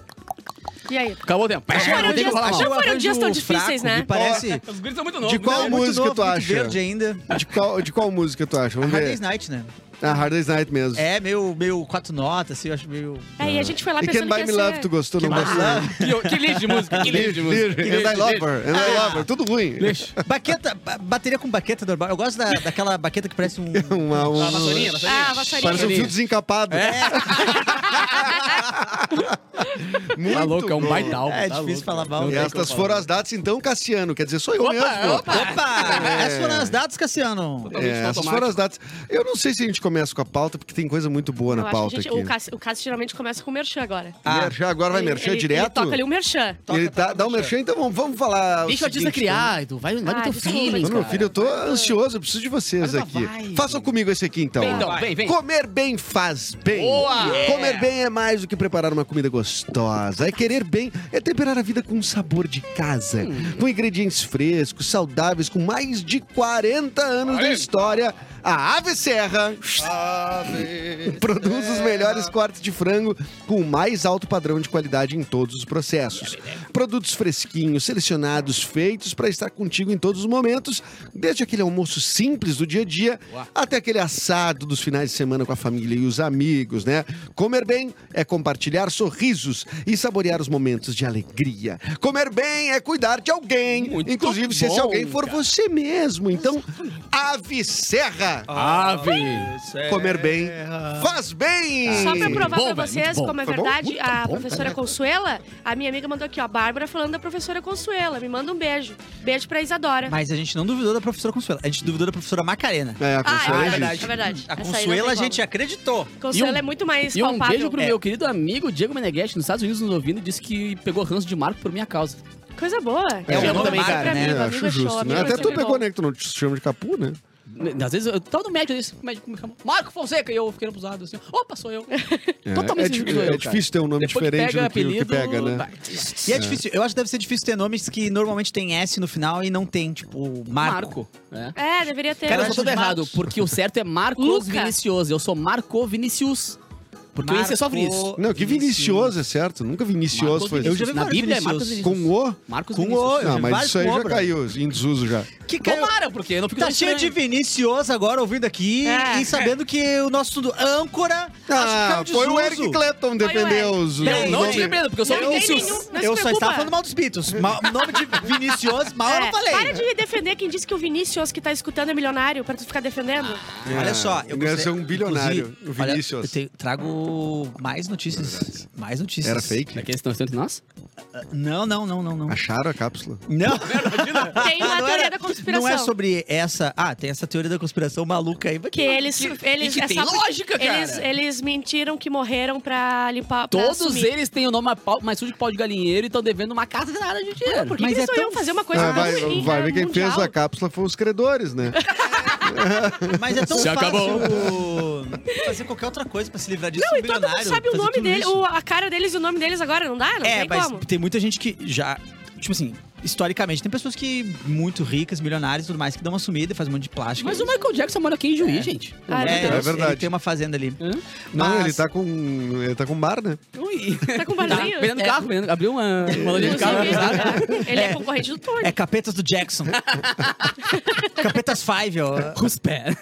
D: E aí?
C: Acabou o tempo.
D: foram
C: Tem que
D: dias-
C: falar mal.
D: não foram
B: arranjo
D: dias tão difíceis,
B: fraco,
D: né?
B: me Parece... é
C: Os gritos são muito novos.
A: De qual
C: né?
B: muito
A: música tu
B: muito
A: acha?
B: verde ainda.
A: De qual, de qual música tu acha? Vamos
B: Hard Day's
A: ver.
B: Night, né?
A: A Hard Day's Night mesmo.
B: É, meio, meio quatro notas, assim, eu acho meio...
D: É, e a gente foi lá
A: e Can't
D: pensando que
A: Buy
D: ia
A: Me
D: ser-
A: Love, tu gostou? Não gostou?
C: Que, que lixo de música, que lixo de música. Que
A: And I Love
C: lixo,
A: Her, And I Love Her, tudo ruim.
C: lixo.
B: Baqueta, ba- bateria com baqueta normal. Eu gosto da, daquela baqueta que parece um...
A: Uma, um-
C: Ah, vassourinha, vassourinha. Tá
D: Ah, vassourinha.
A: Parece um fio desencapado. Muito
C: Tá louco, é um
A: bom.
C: baita álbum.
B: É
C: tá
B: difícil
C: louco.
B: falar mal.
C: Não
A: E
C: tem
A: estas
C: como
A: foram
C: falar.
A: as datas, então, Cassiano. Quer dizer, sou eu
C: Opa,
A: mesmo.
C: opa.
B: Opa! Essas foram as datas, Cassiano.
A: É, essas foram as datas. Eu não sei se a gente começa com a pauta, porque tem coisa muito boa
D: Eu
A: na
D: acho que
A: pauta
D: a gente-
A: aqui.
D: O Cássio, o Cássio geralmente começa com o Merchan agora.
B: Ah.
A: merchan, agora vai
D: Ele-
A: merchan
D: ele-
A: direto?
D: Ele toca ali o Merchan.
B: Toca,
A: Ele tá,
B: toca,
A: dá um merchan,
B: merchan.
A: então vamos, vamos falar.
C: Deixa o artista
A: seguinte,
C: criar, Edu. Vai, vai no
D: Ah,
C: teu
D: desculpa,
C: feeling,
A: Então. Não,
C: cara.
A: meu filho, eu tô ansioso, eu preciso de vocês
B: Mas não
A: aqui.
B: vai.
A: Façam comigo esse aqui, então.
C: Vem, então, vem, vem.
A: Comer bem faz bem.
C: Boa!
A: Comer bem é mais do que preparar uma comida gostosa. É querer bem, é temperar a vida com um sabor de casa.
D: Hum.
A: Com ingredientes frescos, saudáveis, com mais de 40 anos de história, a Ave Serra
D: Ah,
A: produz os
C: É.
A: melhores cortes de frango com o mais alto padrão de qualidade em todos os processos.
C: É, né?
A: Produtos fresquinhos, selecionados, feitos para estar contigo em todos os momentos, desde aquele almoço simples do dia a dia até aquele assado dos finais de semana com a família e os amigos, né? Comer bem é compartilhar sorrisos e saborear os momentos de alegria. Comer bem é cuidar de alguém,
C: Muito
A: inclusive se esse
C: bom,
A: alguém for
C: cara.
A: você mesmo. Então, Ave Serra,
C: Ave.
A: comer bem faz bem.
D: Só pra provar
C: Bom,
D: pra
C: velho,
D: vocês
C: muito bom. né?
D: como é
A: Foi bom?
D: verdade,
A: Muito
D: a
A: bom,
D: professora Consuela, a minha amiga mandou aqui, ó, Bárbara falando da professora Consuela. Me manda um beijo. Beijo pra Isadora.
B: Mas a gente não duvidou da professora Consuela. A gente duvidou da professora Macarena.
A: É, a
D: Ah,
A: Consuela
D: é
A: existe.
D: verdade, é verdade.
B: A
D: Essa aí não
B: Consuela
D: tem
B: a gente
D: como.
B: acreditou.
D: Consuela
C: E um-
D: é muito mais
C: E um
D: palpável.
C: beijo pro meu querido amigo Diego Meneghetti, nos Estados Unidos, nos ouvindo, disse que pegou ranço de Marco por minha causa.
D: Coisa boa. um
B: É,
D: Eu
B: o
D: amo
B: nome
D: também,
B: marca,
D: cara,
B: né?
D: amigo,
A: É,
D: amigo
A: acho
D: é
A: justo,
D: show,
A: né?
D: amigo é
A: Até tu
D: sempre
A: pegou,
D: bom.
A: né? Que tu não te chama de capu, né?
C: N- Às vezes eu tava no médio desse médico me chamou, Marco Fonseca, e eu fiquei abusado assim, opa, sou eu.
A: É,
C: Totalmente
A: é di-
C: sou eu,
A: é
C: cara.
A: difícil ter um nome
C: Depois
A: diferente
C: que pega
A: do que o que
C: apelido,
A: pega, né?
C: vai.
B: E é, difícil. Eu acho que deve ser difícil ter nomes que normalmente tem S no final e não tem, tipo, Marco.
C: Marco. né?
D: É, deveria ter.
C: Cara, eu
B: acho
C: sou todo
B: de
C: errado,
B: Marcos.
C: porque o certo é Marcos
D: Luca.
C: Vinicius. Eu sou Marco Vinicius. Porque eu ia ser só
B: Marco-
C: Vinícius.
A: Não, que Vinicioso, é certo? Nunca Vinicioso
C: Marcos
A: foi.
B: Vinicius.
C: Vinicius.
B: Eu já vi
C: Na
B: vários
C: Bíblia é
B: Vinicius.
C: Marcos Vinicius.
A: Com o?
C: Marcos
B: Com o,
C: Vinícius.
B: eu
A: Não,
B: vi
A: mas
B: vários
A: isso aí
B: com
A: já
B: obra.
A: caiu em desuso já.
B: Que caiu...
C: Tomara, porque eu não fico
B: Tá
C: tão
B: cheio de
C: estranho.
B: Vinicius agora ouvindo aqui
D: É.
B: e sabendo que o nosso âncora
A: Ah,
B: acho que caiu
A: foi o
B: desuso.
A: Eric Clapton defender
D: Eric.
A: os.
C: Não,
A: os
C: não
A: nomes.
C: te lembrando, porque né? eu sou
D: Não tem
C: Vinicius.
D: nenhum. Não se
B: Eu só
D: preocupa.
B: estava falando mal dos Beatles. Ma- O nome de Vinicius, mal
C: Ah,
B: eu
D: É,
B: não falei.
C: né?
D: Para de defender quem disse que o Vinícius que tá escutando é milionário, pra tu ficar defendendo.
A: É,
B: Olha só,
A: eu quero ser um bilionário,
B: inclusive,
A: o Vinícius.
B: olha, eu te- trago mais notícias. Mais notícias. Ah,
A: Era fake?
C: Aqueles É que estão entre nós?
B: Não, não, não, não, não.
A: Acharam a cápsula?
B: Não.
D: Tem uma
B: Não
D: teoria
B: era-
D: da conspiração.
B: Não é sobre essa. Ah, tem essa teoria da conspiração maluca aí. mas
D: Que eles. eles
C: que
D: é
C: tem
D: só porque
C: lógica, cara.
D: Eles, eles mentiram que morreram pra limpar. Pra
C: Todos
D: assumir.
C: eles têm o nome a pau- mais sujo de pau de galinheiro e estão devendo uma casa de nada de dinheiro.
D: Por que,
B: Mas
D: que
B: é
D: eles não
B: tão
D: iam fazer uma coisa
A: Ah,
D: tão
A: vai,
D: ruim,
A: vai
D: cara,
A: ver quem
D: mundial?
A: fez a cápsula foi os credores, né?
B: Mas é tão
C: Se
B: fácil
C: acabou.
B: fazer qualquer outra coisa pra se livrar disso.
D: Não,
B: um
D: e todo mundo
B: bilionário,
D: sabe o
B: fazer
D: nome
B: tudo
D: dele,
B: isso.
D: o- a cara deles e o nome deles agora, não dá? Não
B: É,
D: tem
B: mas
D: como.
B: tem muita gente que já. Tipo assim, historicamente, tem pessoas que muito ricas, milionárias e tudo mais, que dão uma sumida e fazem um monte de plástico.
C: Mas o Michael Jackson mora aqui em Juiz, gente.
D: Ah,
B: é,
D: meu
A: É
D: Deus.
A: verdade.
B: Ele tem uma fazenda ali.
C: Hã?
A: Não,
B: Mas-
A: ele tá com. Ele tá com bar, né?
C: Ui.
D: Tá com barzinho?
C: vendendo carro, vendendo, abriu uma, uma loja de
D: Inclusive,
C: carro. sabe?
D: é. Ele é concorrente do Tony.
B: É Capetas do Jackson. Capetas Five, ó.
C: Cuspé.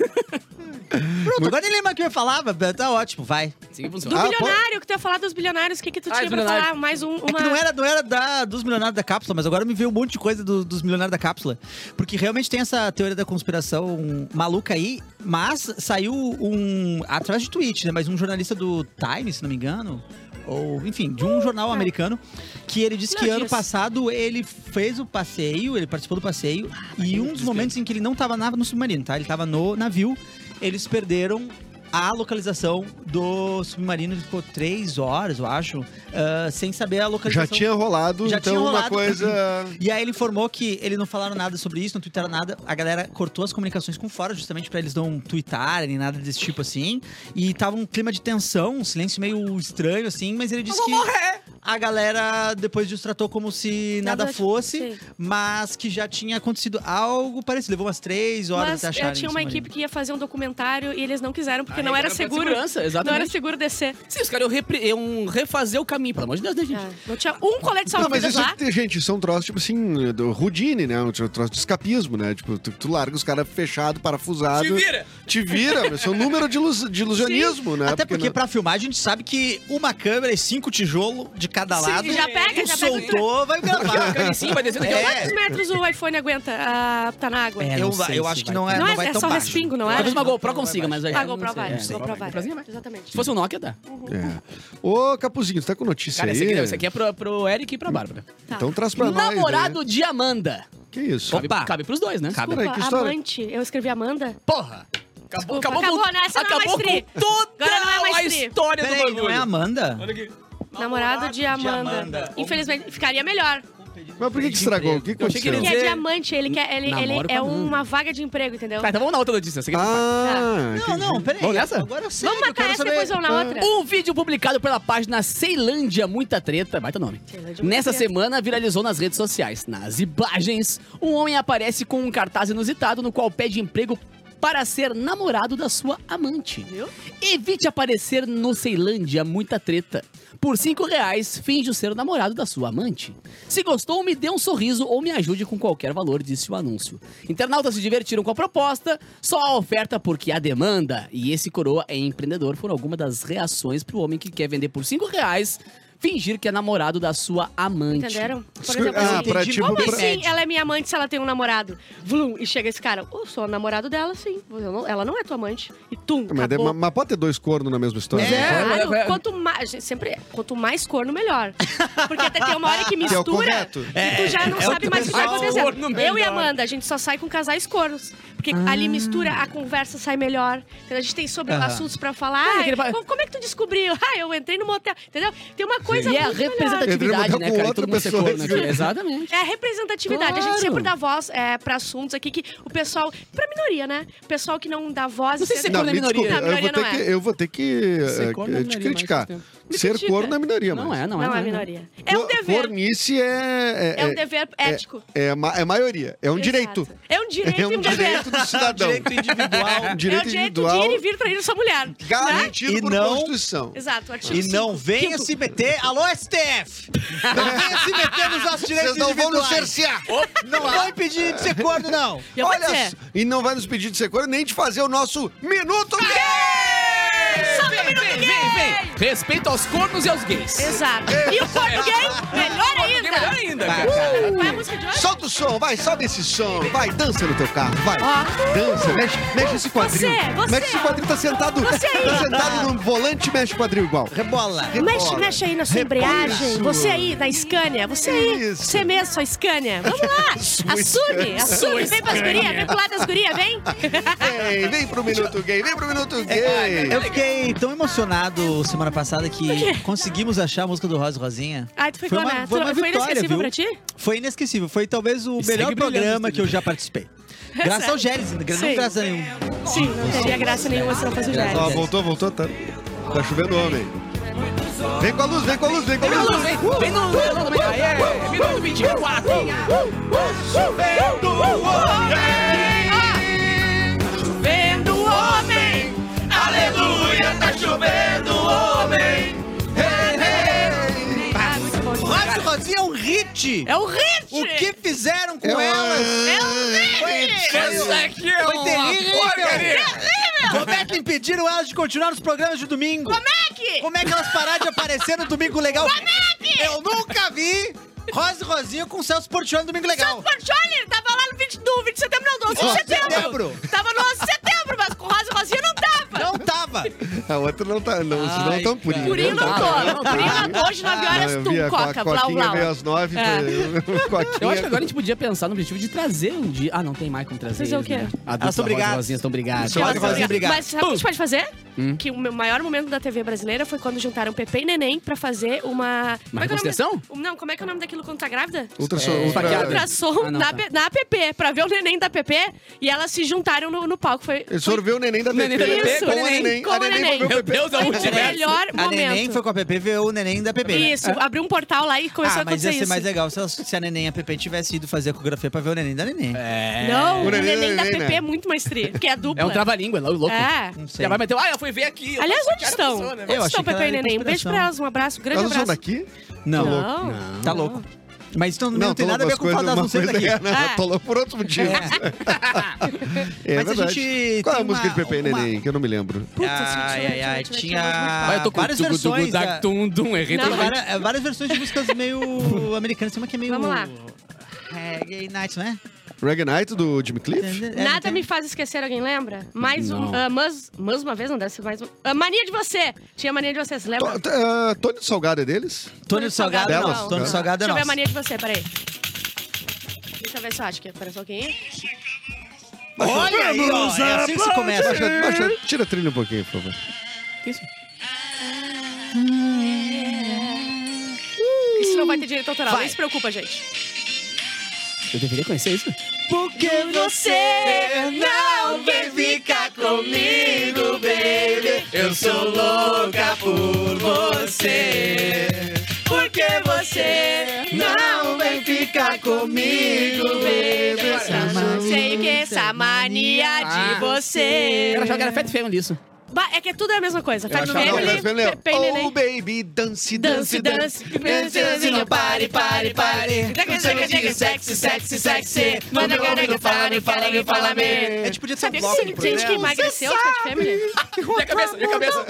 B: Pronto, agora nem lembro o que eu falava, tá ótimo, vai.
C: Assim que
D: Do
C: funciona.
A: Ah,
D: bilionário, que tu ia falar dos bilionários, o que, que tu
C: Ah,
D: tinha
C: dos
D: pra
C: bilionários.
D: falar? Mais um, uma...
B: É que não era, não era da, dos milionários da cápsula, mas agora me veio um monte de coisa do- dos milionários da cápsula. Porque realmente tem essa teoria da conspiração maluca aí, mas saiu um. atrás de tweet, né? Mas um jornalista do Time, se não me engano. Ou, enfim, de um jornal americano, que ele disse
D: Não,
B: que ano
D: disso.
B: passado ele fez o passeio, ele participou do passeio, e um dos momentos em que ele não tava na- no submarino, tá? Ele tava no navio, eles perderam a localização do submarino, ele ficou três horas, eu acho, ah, sem saber a localização.
A: Já tinha rolado,
B: Já
A: então
B: tinha
A: uma
B: rolado.
A: coisa.
B: E aí ele informou que ele não falaram nada sobre isso, não twittaram nada. A galera cortou as comunicações com fora, justamente pra eles não twittarem, nada desse tipo assim. E tava um clima de tensão, um silêncio meio estranho, assim, mas ele disse que a galera depois disso tratou como se nada,
D: Nada-
B: fosse,
D: Sim.
B: mas que já tinha acontecido algo parecido. Levou umas três horas
D: Mas
B: até
D: eh,
B: acharem isso,
D: tinha uma
B: Marina.
D: equipe que ia fazer um documentário e eles não quiseram, porque
C: Ah,
D: não
C: é,
D: era
C: pra
D: seguro.
C: segurança,
D: Não era
C: exatamente.
D: seguro descer.
C: Sim, os caras iam repre- iam refazer o caminho, pelo amor de Deus, né, gente?
D: Ah, não tinha um colete
A: Não, mas
D: salva-vidas
A: isso,
D: lá.
A: gente, isso é um troço, tipo assim, do Rudine, né? Um troço de escapismo, né? Tipo, tu, tu larga os caras fechados, parafusados.
C: Te vira!
A: Te vira, meu, isso é um número de, ilus- de ilusionismo, né?
B: Até porque,
A: não-
B: pra filmar a gente sabe que uma câmera e cinco tijolos de cada
D: Sim,
B: lado.
D: já pega,
B: um
D: já pega o
B: soltou, vai gravar.
C: Fica ali em cima, vai descendo.
B: É.
D: Quantos metros o iPhone aguenta? Ah, tá na água.
C: É,
B: eu,
C: não sei
B: eu
C: se
B: acho que
C: vai
B: não é,
D: não,
B: não
D: é,
B: vai
D: é
B: tão
D: só
B: baixo.
D: respingo, não é?
C: Talvez uma
B: Não,
C: GoPro
B: não vai
C: consiga, mas aí.
D: Ah,
C: eu não
D: GoPro
C: sei.
D: vai,
C: É,
D: GoPro
C: GoPro
D: vai.
C: GoProzinha vai.
D: Exatamente.
C: Se fosse um Nokia, dá.
A: É. Ô, Capuzinho, tu tá com notícia
C: Cara,
A: aí?
C: esse aqui, não, esse aqui é pro, pro Eric e pra Bárbara.
D: Tá.
A: Então traz pra nós.
C: Namorado de Amanda.
A: né? Que isso?
C: Cabe,
B: Opa.
C: cabe pros dois, né?
A: Cabe.
D: Pô,
A: Peraí, que história?
D: Amante, eu escrevi Amanda?
C: Porra! Acabou,
D: Desculpa,
C: acabou,
D: acabou, não, essa não é
C: acabou
D: mais tri.
C: com toda
D: Agora não é mais
C: a
D: tri.
C: história do
B: Peraí,
C: bagulho.
B: não é a Amanda?
C: Olha aqui.
D: Namorado de Amanda.
B: Amanda.
D: Infelizmente, ficaria melhor.
A: Mas por que, que estragou? O que
C: Eu achei
A: aconteceu?
C: que ele
D: Porque
C: Quer
D: é
C: dizer,
D: diamante, ele, quer, ele,
C: namoro
D: ele
C: com
D: é
C: Amanda.
D: uma vaga de emprego, entendeu?
C: Tá, então vamos na outra notícia. essa aqui é
A: Ah,
B: Não, não, peraí.
C: Vamos nessa?
B: Agora sim.
D: Vamos matar essa e depois vamos na outra.
C: Um vídeo publicado pela página Ceilândia Muita Treta, baita nome.
D: Ceilândia Muita
C: Nessa
D: Treta.
C: semana viralizou nas redes sociais. Nas imagens, um homem aparece com um cartaz inusitado no qual pede emprego para ser namorado da sua amante.
D: Viu?
C: Evite aparecer no Ceilândia Muita Treta. Por 5 reais, finge ser o namorado da sua amante. Se gostou, me dê um sorriso ou me ajude com qualquer valor, disse o anúncio. Internautas se divertiram com a proposta, só a oferta porque há demanda. E esse coroa é empreendedor por alguma das reações pro homem que quer vender por 5 reais, fingir que é namorado da sua amante.
D: Entenderam? Por
A: Escu-
D: exemplo,
A: ah,
D: assim,
A: pra,
B: entendi.
A: tipo,
D: como
A: pra-
D: assim ela é minha amante se ela tem um namorado? Vlum, e chega esse cara, eu sou o namorado dela, sim. Eu não- ela não é tua amante. E tum,
A: Mas, é,
D: acabou.
A: mas pode ter dois cornos na mesma história.
B: É.
A: né?
D: Claro,
C: É, é, é.
D: Ah, quanto mais. Sempre é, quanto mais corno, melhor. Porque até tem uma hora que
A: Que é o
D: mistura
A: correto.
D: e tu já não
B: é o
D: sabe mais o que tá
B: pessoal
C: corno
D: acontecendo. Eu
C: melhor.
D: e a Amanda, a gente só sai com casais cornos. Porque ali mistura, a conversa sai melhor. Entendeu? A gente tem sobre
B: Aham.
D: assuntos pra falar.
C: É,
D: Ai,
C: aquele pa-
D: como, como é que tu descobriu? Ah, eu entrei no motel. Entendeu? Tem uma coisa
C: E é a
D: muito melhor.
A: Ele
C: representatividade,
A: mudou
C: né,
A: com
C: cara? E
A: outra
C: Todo mundo
A: pessoa,
C: secou, né?
A: assim.
C: cara? Exatamente.
D: É a representatividade. A
C: Claro.
D: gente sempre dá voz é, pra assuntos aqui que o pessoal. Pra minoria, né? O pessoal que não dá voz.
C: Não sei se é
A: Não,
C: corno
A: me desculpa,
C: minoria.
D: Não,
A: eu vou
D: minoria
A: ter
D: não
A: que,
D: é.
A: eu vou ter que
C: Ser
A: eh,
C: corno é
A: te
C: minoria,
A: criticar.
C: mas um
A: Ser
D: critica.
A: corno é minoria, mas.
C: Não é, não é.
D: Não é minoria. É um dever.
A: Cornice é.
D: É um dever ético.
A: É, é, ma- é maioria. É um direito.
D: Exato. É um direito
A: É
D: e
A: um
D: um dever.
A: direito do cidadão.
B: Direito individual.
A: Um direito
D: é o direito
A: individual
D: de ir e vir trair sua mulher. Né?
A: garantido
B: E
A: por
B: não-
A: Constituição.
D: Exato, artigo
B: E
D: cinco.
B: não venha
D: Quinto.
B: se meter. Alô, STF! Não venha se meter nos nossos direitos
A: Vocês não vão nos
B: individuais.
A: cercear.
B: Não vai impedir de ser corno, não.
D: Já pode
A: Olha,
D: ser.
A: só, e não vai nos pedir de ser corno nem de fazer o nosso Minuto Gay!
C: Vem, vem, vem, vem. Respeito aos cornos e aos gays.
D: é? Exato. E o português, melhor ainda.
C: Melhor ainda, cara.
D: Uh! Qual é a música de hoje?
A: Solta o som, vai, sobe esse som. Vai, dança no teu carro, vai.
D: Ó.
A: Dança, mexe, mexe esse quadril.
D: Você, você.
A: Mexe esse quadril, tá sentado.
D: Você aí.
A: Tá sentado no volante, mexe o quadril igual.
B: Rebola.
D: Mexe, mexe aí na sua
A: Repara.
D: embreagem. Você aí, da Scania. Você aí,
A: Isso.
D: você mesmo, sua Scania. Vamos lá. Assume, assume. Vem pras gurias, vem pro lado das gurias, vem.
A: Vem, vem pro Minuto Gay, vem pro Minuto Gay.
B: Eu fiquei tão emocionado semana passada que conseguimos achar a música do Rosa e Rosinha.
D: Ai, tu ficou, né? Tu- foi inesquecível pra ti?
B: Foi inesquecível. Foi talvez o melhor
C: E segue brilhando
B: programa
C: também.
B: que eu já participei. Graças ao Gélis, não
D: Sim.
B: graças a nenhum.
D: Sim, não teria graça nenhuma se não fosse o Jair.
A: Ó, voltou, voltou, tá. Tá chovendo homem. Vem com a luz, vem com a luz, vem com a luz.
C: Vem no telão também. Aí é, minuto 24.
D: Vendo o homem,
E: Aleluia, tá chovendo, homem.
B: Rosa e Rosinha é um hit.
D: é o hit.
B: O que fizeram com
A: É um-
B: elas?
D: É o hit.
B: Foi-
E: Essa aqui é
B: Foi
E: uma
B: terrível.
E: porcaria.
B: Como é que impediram elas de continuar nos programas de domingo? Como
D: é que?
B: Como é que elas pararam de aparecer no Domingo Legal? Como é que? Eu nunca vi Rose e Rosinha com Celso Portiolli no Domingo
D: Celso
B: Legal.
D: Portiolli tava lá no 20, do 20 de setembro, não, do 11 de
B: Onze de
D: setembro.
B: setembro.
D: Tava no 11 de setembro, mas com Rosa e Rosinha não tava.
B: Não tava.
A: A outra não tá. Não, se não
B: Ai,
A: tão purinho. né? Tá.
B: cara.
D: Purinho não
C: Não,
D: tô.
C: não,
D: Purinho
C: não.
D: não tô, hoje
B: Ah,
D: 9 horas,
A: eu
D: tu,
A: vi a co-
D: coca, blau,
A: coquinha
D: blau. É.
A: veio às nove. foi- coquinha.
C: Eu acho que agora a gente podia pensar no objetivo de trazer um dia. Ah, não tem mais como trazer.
D: Trazer o
C: eles,
D: quê?
C: Né? A
B: Elas tão
C: dupla
B: brigadas.
C: Rosa e Rosinha estão brigadas.
B: São Rosa e
D: Mas
B: Rosinha brigadas.
D: sabe o que a gente pode fazer?
B: Hum.
D: Que o meu maior momento da TV brasileira foi quando juntaram Pepe e Neném pra fazer uma. como é que é o nome-
C: reconstrução?
D: Não, como é que é o nome daquilo quando tá grávida?
A: Ultrassom.
C: É,
A: ultra-
C: faqueada.
D: Ultrassom
C: Ah, não,
D: na,
C: tá.
D: P- na app, pra ver o neném da app, e elas se juntaram no, no palco. Foi,
A: Ele
D: foi
A: sorveu o neném da
C: O neném da
A: Pepe
D: Pepe
A: com a
D: com o
A: neném.
D: neném.
A: A neném foi ver o
C: Meu
A: Pepe.
C: Deus, é um
D: o
C: multiverso.
D: melhor
B: A
D: momento.
B: Neném foi com a PP, ver o Neném da PP. né?
D: Isso, abriu um portal lá e começou a
B: Ah, mas
D: acontecer
B: ia ser
D: isso.
B: mais legal se, elas- se a Neném e a PP tivesse ido fazer a coreografia pra ver o Neném da Neném.
D: Não,
A: O
D: o
A: neném
D: neném,
A: da
D: da
A: neném,
D: PP
A: né?
D: é muito mais tri, porque é dupla.
C: É um trava-língua, é louco.
D: É.
B: Não sei.
C: Já vai meter. Ah, eu fui ver aqui. eu
D: Aliás,
C: faço
D: onde
C: cara
D: estão?
C: pessoa, né?
B: Eu
D: Onde
B: achei
D: estão
B: que
D: Pepe
B: ela
D: e
B: era
D: Neném? Um beijo
B: conspiração.
D: pra elas, um abraço, um grande
A: Elas não são
D: abraço.
A: daqui?
B: Não.
D: Não.
B: Tá louco. Mas então não
A: Não,
B: tem
A: tô
B: nada a ver
A: louco,
B: com o
A: umas
B: fato delas não
A: coisas-
B: serem
A: uma
B: daqui.
A: coisa- É, não,
D: Ah.
A: tô louco por outros motivos. É,
B: Mas a
A: verdade.
B: gente
A: Qual é a
B: tem
A: música de
B: uma-
A: Pepe e
B: uma-
A: Neném? Que eu não me lembro.
D: Putz,
B: Ai, ai, ai, tinha.
C: Ah, eu tô com
B: várias
C: tugu, tugu,
B: versões.
C: dag,
B: da-
C: tum, dum, errei
A: É.
D: Não,
B: Tem
C: toda vez.
B: várias, é, várias versões de músicas meio americanas. Tem uma que é meio.
D: Vamos lá.
B: Reggae Night, né?
A: Reggae Night do Jimmy Cliff?
B: É,
D: Nada
B: tem-
D: me faz esquecer, alguém lembra? Mais um.
C: Não.
D: ah, mas, mas uma vez, não deve ser mais um. Ah, mania de você! Tinha mania de você, você lembra?
A: To- t- ah, Tony do Salgado é deles?
B: Tônio do Salgado é
A: Delas,
B: nosso. Tônio do
A: né?
B: Salgado é
D: Deixa eu ver a
B: nosso.
D: mania de você, peraí. Deixa eu ver se eu acho que apareceu alguém.
B: Olha aí, ó, é assim que se começa.
A: Baixa, baixa, tira a trilha um pouquinho, por favor.
D: Isso não vai ter direito autoral,
B: Vai.
D: nem se preocupa, gente.
C: Eu deveria conhecer isso.
B: Porque
D: você não
B: vem ficar comigo, baby.
E: Eu sou louca por você.
D: Porque você
B: Não vem ficar comigo,
D: Não sei o que essa mania
C: Ah.
D: de você.
C: Eu achava que era Fat Feio nisso.
D: Bah, é que é tudo é a mesma coisa. Fat
C: achava-
A: Não,
C: Family,
A: Fred Family,
D: Family, Pepe e
B: né?
A: Oh,
D: Neném.
A: baby, dance,
D: Dance,
A: dance,
D: dance, dance, dance,
B: Não pare, pare, pare.
D: Sexy, sexy, sexy. Manda caraca, fala, me fala, me
B: A
D: fala, É tipo me.
B: gente podia ter um
D: Sabia que
B: bloco de
D: tem gente que
B: programas.
D: emagreceu de Fat Family?
C: E a cabeça, e a cabeça.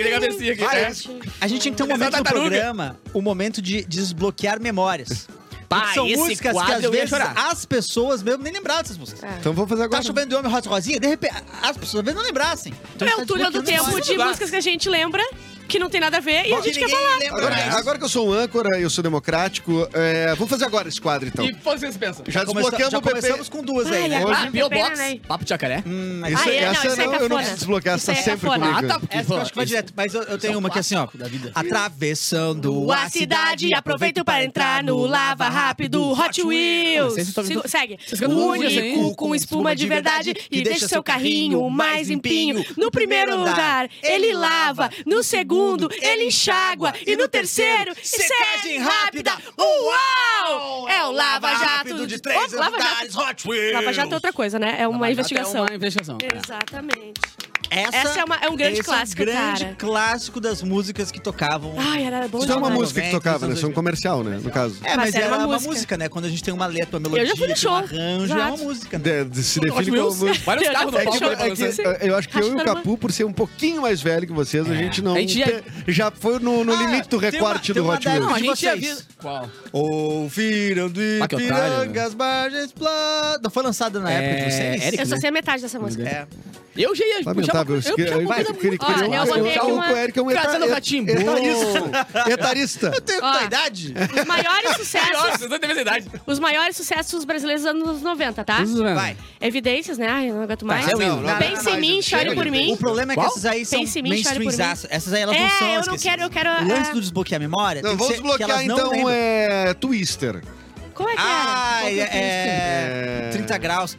C: E a cabecinha aqui,
A: Ah,
C: né?
A: é.
B: A gente tem que ter um momento no
C: tartaruga.
B: programa, o momento de desbloquear memórias.
C: Pá,
B: Porque são
C: esse
B: músicas que
C: quadro
B: às
C: eu ia
B: vezes
C: chorar.
B: as pessoas mesmo nem lembravam dessas músicas.
D: É,
A: Então vamos fazer agora.
B: Tá chovendo de homem rosa rosinha, de repente as pessoas às vezes não lembrassem. Então,
D: É
B: tá
D: o túnel do
B: desbloqueando
D: tempo
B: memórias.
D: de músicas que a gente lembra, que não tem nada a ver, e a
B: Que
D: gente quer
B: ninguém
D: falar.
B: lembra né?
A: Agora,
B: mais.
A: agora que eu sou um âncora e eu sou democrático, é, vamos fazer agora esse quadro, então.
C: E vocês pensam?
A: Já
B: Começa-
A: desbloqueamos
B: já
A: o PP.
B: começamos com duas
D: Ai, né?
B: aí. né?
D: agora-
A: Hoje-
C: Ah, Biobox.
D: Peraí.
C: Papo de jacaré.
B: Hum, mas-
A: Isso,
D: Ah, é? Não,
A: essa
D: isso é
A: não, eu não
D: cafona.
A: preciso desbloquear, essa
D: Isso aí é
A: sempre
D: cafona.
A: comigo.
C: Ah, tá, porque
B: Essa eu acho que vai
C: isso-
B: direto, mas eu, eu tenho
C: é um
B: uma que é assim, ó.
C: clássico da vida.
B: Atravessando
D: A cidade, aproveito para entrar no Lava Rápido Hot Wheels.
C: Vocês estão
D: Sigo-
C: vindo-
D: Segue.
C: Vocês
D: O
C: cantam hoje,
D: único
C: assim?
D: com espuma de verdade e deixa seu carrinho mais limpinho. No primeiro andar, ele lava. No segundo, ele enxágua. E no terceiro, secagem rápida. Uau! É o Lava Jato
B: de três
D: Oh, Lava Jato.
B: andares, Hot Wheels.
D: Lava Jato é outra coisa, né? É uma
C: Até
D: investigação. É.
C: Uma investigação.
D: Exatamente. Essa é uma- é um grande
B: esse
D: clássico,
B: é um grande
D: cara.
B: clássico das músicas que tocavam.
D: Ai, era bom
A: Isso não é uma
D: demais.
A: música que tocava, né? Isso é um comercial, né? No caso.
B: É, mas, era, uma, música. né? Quando a gente tem uma letra, uma melodia,
D: Eu já fui no
B: tem
D: show.
B: um arranjo, é
D: Exato.
B: uma música, né?
A: De- de- se
C: Hot
A: define como
C: Wheels.
A: música.
C: Vários carros no
A: É que-
C: palco.
A: é que- é- eu acho que eu e o
D: Hashtag-
A: Capu, por ser um pouquinho mais velho que vocês, a gente não.
C: A gente já-
A: te- já foi no, no
B: Ah,
A: limite do
B: tem
A: recorte
B: uma- tem
A: do
B: uma
A: Hot
B: dela-
A: Wheels.
C: Não, a
B: de
C: gente já
B: vocês.
C: viu. Qual?
B: Ouviram de
C: Ah, que otário,
B: Ipirangas, margens planas. né? Não foi lançada na
C: É,
B: época de vocês?
C: Eric,
D: Eu só sei a metade dessa música.
B: É.
C: Eu já ia puxar uma-
A: Lamentável.
C: eu
A: isso que-
C: puxava uma
A: vai,
C: coisa
A: queria-
C: muito-
D: Olha,
A: queria-
D: eu botei
A: queria-
D: aqui
A: o
D: uma-
A: Eric é um
C: Casa do
A: eta-
C: Ratimbu.
A: etarista. Etarista.
B: Eu tenho
D: Ó.
B: tua idade.
D: Os maiores
C: Maior,
D: sucessos.
C: vocês é não têm mais idade.
D: Os maiores sucessos brasileiros dos anos 90, tá?
B: Vai.
D: Evidências, né? Ai, eu não aguento mais.
B: Tá, é o hino.
D: Pense em mim,
A: Chega
D: chore por
A: de-
D: mim.
B: O problema é que
C: Qual?
B: essas aí são
D: Pense em mim, chore por mim.
B: mainstreamzaças. Essas aí elas não
D: É,
B: são
D: eu não
B: esquecidas.
D: quero- eu quero,
B: O lance
D: é.
B: do desbloquear a memória
A: Não,
B: tem que
A: vamos
B: ser que
A: desbloquear
B: elas não
A: então
B: lembram.
A: é, Twister.
D: Como é que era?
B: Ah, é,
A: É.
B: é... 30 graus.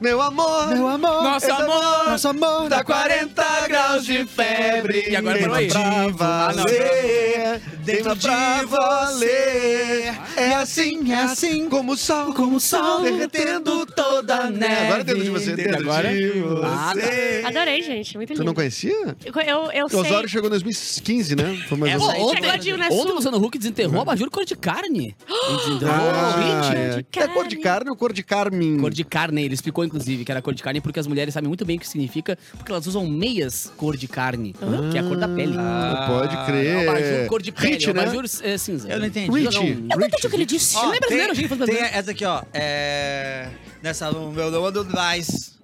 A: Meu amor.
B: amor.
C: Nosso
A: Essa-
C: amor.
B: Nosso amor.
A: Tá 40 graus de febre.
C: E agora
A: tem
C: parou aí. Ah,
A: pra valer. Tem
B: Dentro
A: pra
B: de
A: valer. É assim, é assim. Como o sol. Como o sol. Derretendo todo
B: da neve.
A: Agora dentro de você, dentro
B: Agora?
A: de
B: Ah,
A: você.
D: Adorei, gente. Muito
A: Tu
D: lindo.
A: não conhecia?
D: Eu, eu, eu
A: O
D: sei.
A: Osório chegou em 2015, né? Foi mais
B: É,
A: ou
B: bom,
A: menos.
D: Ontem,
B: Ontem-
D: chegou a Dilma
C: Ontem o
D: Sul.
C: Luciano Huck desenterrou a bajura cor de carne. Desenterrou o
A: Ah,
C: ouvinte.
A: é.
D: de
A: É cor de
D: carne.
A: carne ou cor de carmim?
C: Cor de carne, ele explicou, inclusive, que era cor de carne, porque as mulheres sabem muito bem o que significa, porque elas usam meias cor de carne, que é a cor da pele.
A: Ah, pode
C: É
A: crer.
C: o abajur cor de pele,
A: Hit,
C: é o
A: né?
C: abajur é, cinza.
B: Eu não entendi.
A: Rich.
D: Eu não entendi o que ele disse.
B: Ó,
C: um Ele é brasileiro, gente, fala
B: Tem
C: brasileiro.
B: essa aqui, ó. É. Nessa. Meu nome do mais.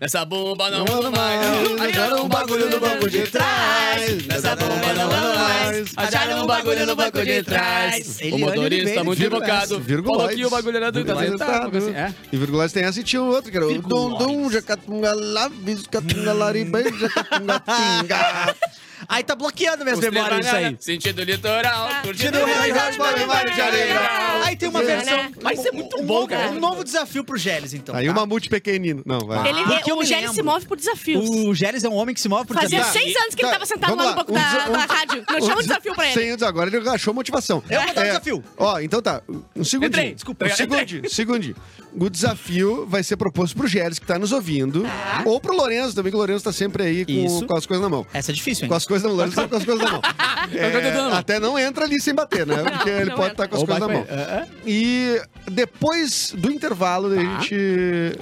C: Essa bomba
A: Não
C: não anda
A: ando
C: mais.
A: mais, acharam um bagulho no banco de trás. Nessa bomba não ando mais,
C: acharam um bagulho no banco de trás.
B: Eliane
C: O motorista
B: Oliveira,
C: muito
B: virgulado.
C: invocado. Falou
A: Virguloides.
C: que o bagulho era do
A: Virguloides.
C: É.
A: E virgulares tem essa e tinha um outro, que era o Dum
C: Virguloides.
A: Dum, Jacatunga Lavis, Jacatunga Laribã, Jacatunga Pinga.
B: Aí tá bloqueando minhas
C: Os
B: memórias isso
C: trabalhar-
B: aí.
C: Sentido litoral,
D: Ah.
C: curtindo
D: Não,
C: o
D: não,
C: relógio.
D: não, não, não, não, não.
B: Aí tem uma versão.
C: Mas isso é muito
B: um
C: bom,
B: novo-
C: cara.
B: Um novo desafio pro Gélis, então.
A: Aí
B: tá?
A: o mamute pequenino. Não, vai.
D: Ele,
B: Porque eu
D: o
B: me
D: Gélis se
B: lembro.
D: move por desafios.
B: O Gélis é um homem que se move por
D: Fazia
A: Tá,
B: desafio.
D: seis anos que ele
A: tá,
D: tava sentado
A: vamos
D: lá
A: lá.
D: no banco
A: Um
D: da,
A: desa-
D: da
A: um-
D: rádio. Não tinha um
A: Os-
D: desafio pra ele.
A: Sem o- agora ele achou motivação.
B: Eu vou dar o desafio.
A: Ó, então tá. Um segundinho.
C: Entrei, desculpa,
A: Um
C: eu entrei.
A: segundinho, segundinho. O desafio vai ser proposto pro Gélis, que tá nos ouvindo. Ou pro Lourenço também, que o Lourenço tá sempre aí com,
B: Isso.
A: com as coisas na mão.
B: Essa é difícil, hein?
A: Com as coisas na mão, Lourenço tá com as coisas na mão. É,
C: tô tentando.
A: até não entra ali sem bater, né? Porque ele
D: não
A: pode estar
D: entra.
A: com as coisas na mão. E depois do intervalo a gente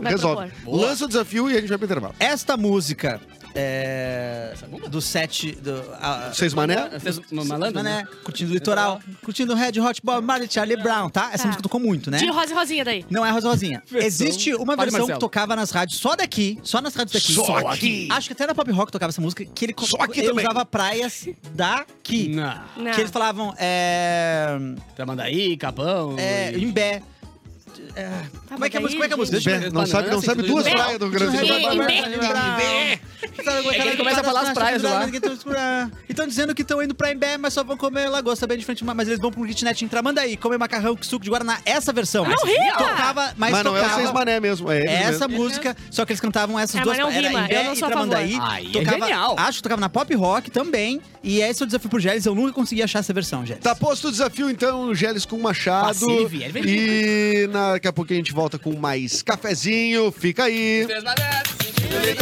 D: Vai
A: resolve.
D: propor.
C: Boa.
A: Lança o desafio e a gente vai pro intervalo.
B: Esta música é, do set do a-
A: Vocês mané?
C: Vocês- Malandro, né?
B: curtindo o litoral, curtindo o Red Hot Bob Marley, Charlie Brown, tá? Essa
D: Tá.
B: música tocou muito, né?
D: Tira o Rosa e Rosinha daí.
B: Não é Rosa Rosinha.
C: Versão-
B: Existe uma
C: Olha,
B: versão
C: Marcelo.
B: que tocava nas rádios só daqui, só nas rádios daqui.
A: Só aqui.
B: Acho que até na Pop Rock tocava essa música, que ele, co-
A: Só aqui
B: ele
A: também.
B: usava praias daqui.
C: Não.
D: Não.
B: Que eles falavam, é...
C: Tramandaí, Capão.
B: é
C: e-
B: Imbé.
D: Tá,
B: Como é, que é a música? Como
D: mas
B: é que é a
D: aí,
B: música?
D: gente,
A: Bé, não sabe, não sabe duas
D: Bé.
A: praias do Rio Grande do
B: um
D: Bé.
A: Sul.
C: É que ele começa a falar as praias de lá.
B: E estão dizendo que estão indo pra Imbé, mas só vão comer lagosta bem de frente. Mas eles vão pro kitnet em Tramandaí, comer macarrão, suco de guaraná. Essa versão.
D: Não rima!
B: Tocava, mas,
A: Mas não é o
B: tocava...
A: Seis Mané mesmo. É ele
B: Essa
A: mesmo.
B: música, só que eles cantavam essas
D: É,
B: duas
D: mas não
B: era
D: rima,
B: Imbé
D: eu não sou
B: e
D: a favor.
B: Tramandaí.
A: Ah,
C: Aí é
B: tocava,
C: genial.
B: Acho que tocava na Pop Rock também. E esse é o desafio pro Gélis. Eu nunca consegui achar essa versão, Gélis.
A: Tá posto o desafio, então, Gélis com Machado.
C: Passive, ele vem
A: e na- daqui a pouco a gente volta com mais cafezinho. Fica aí.
C: Três Malandros, sentido de-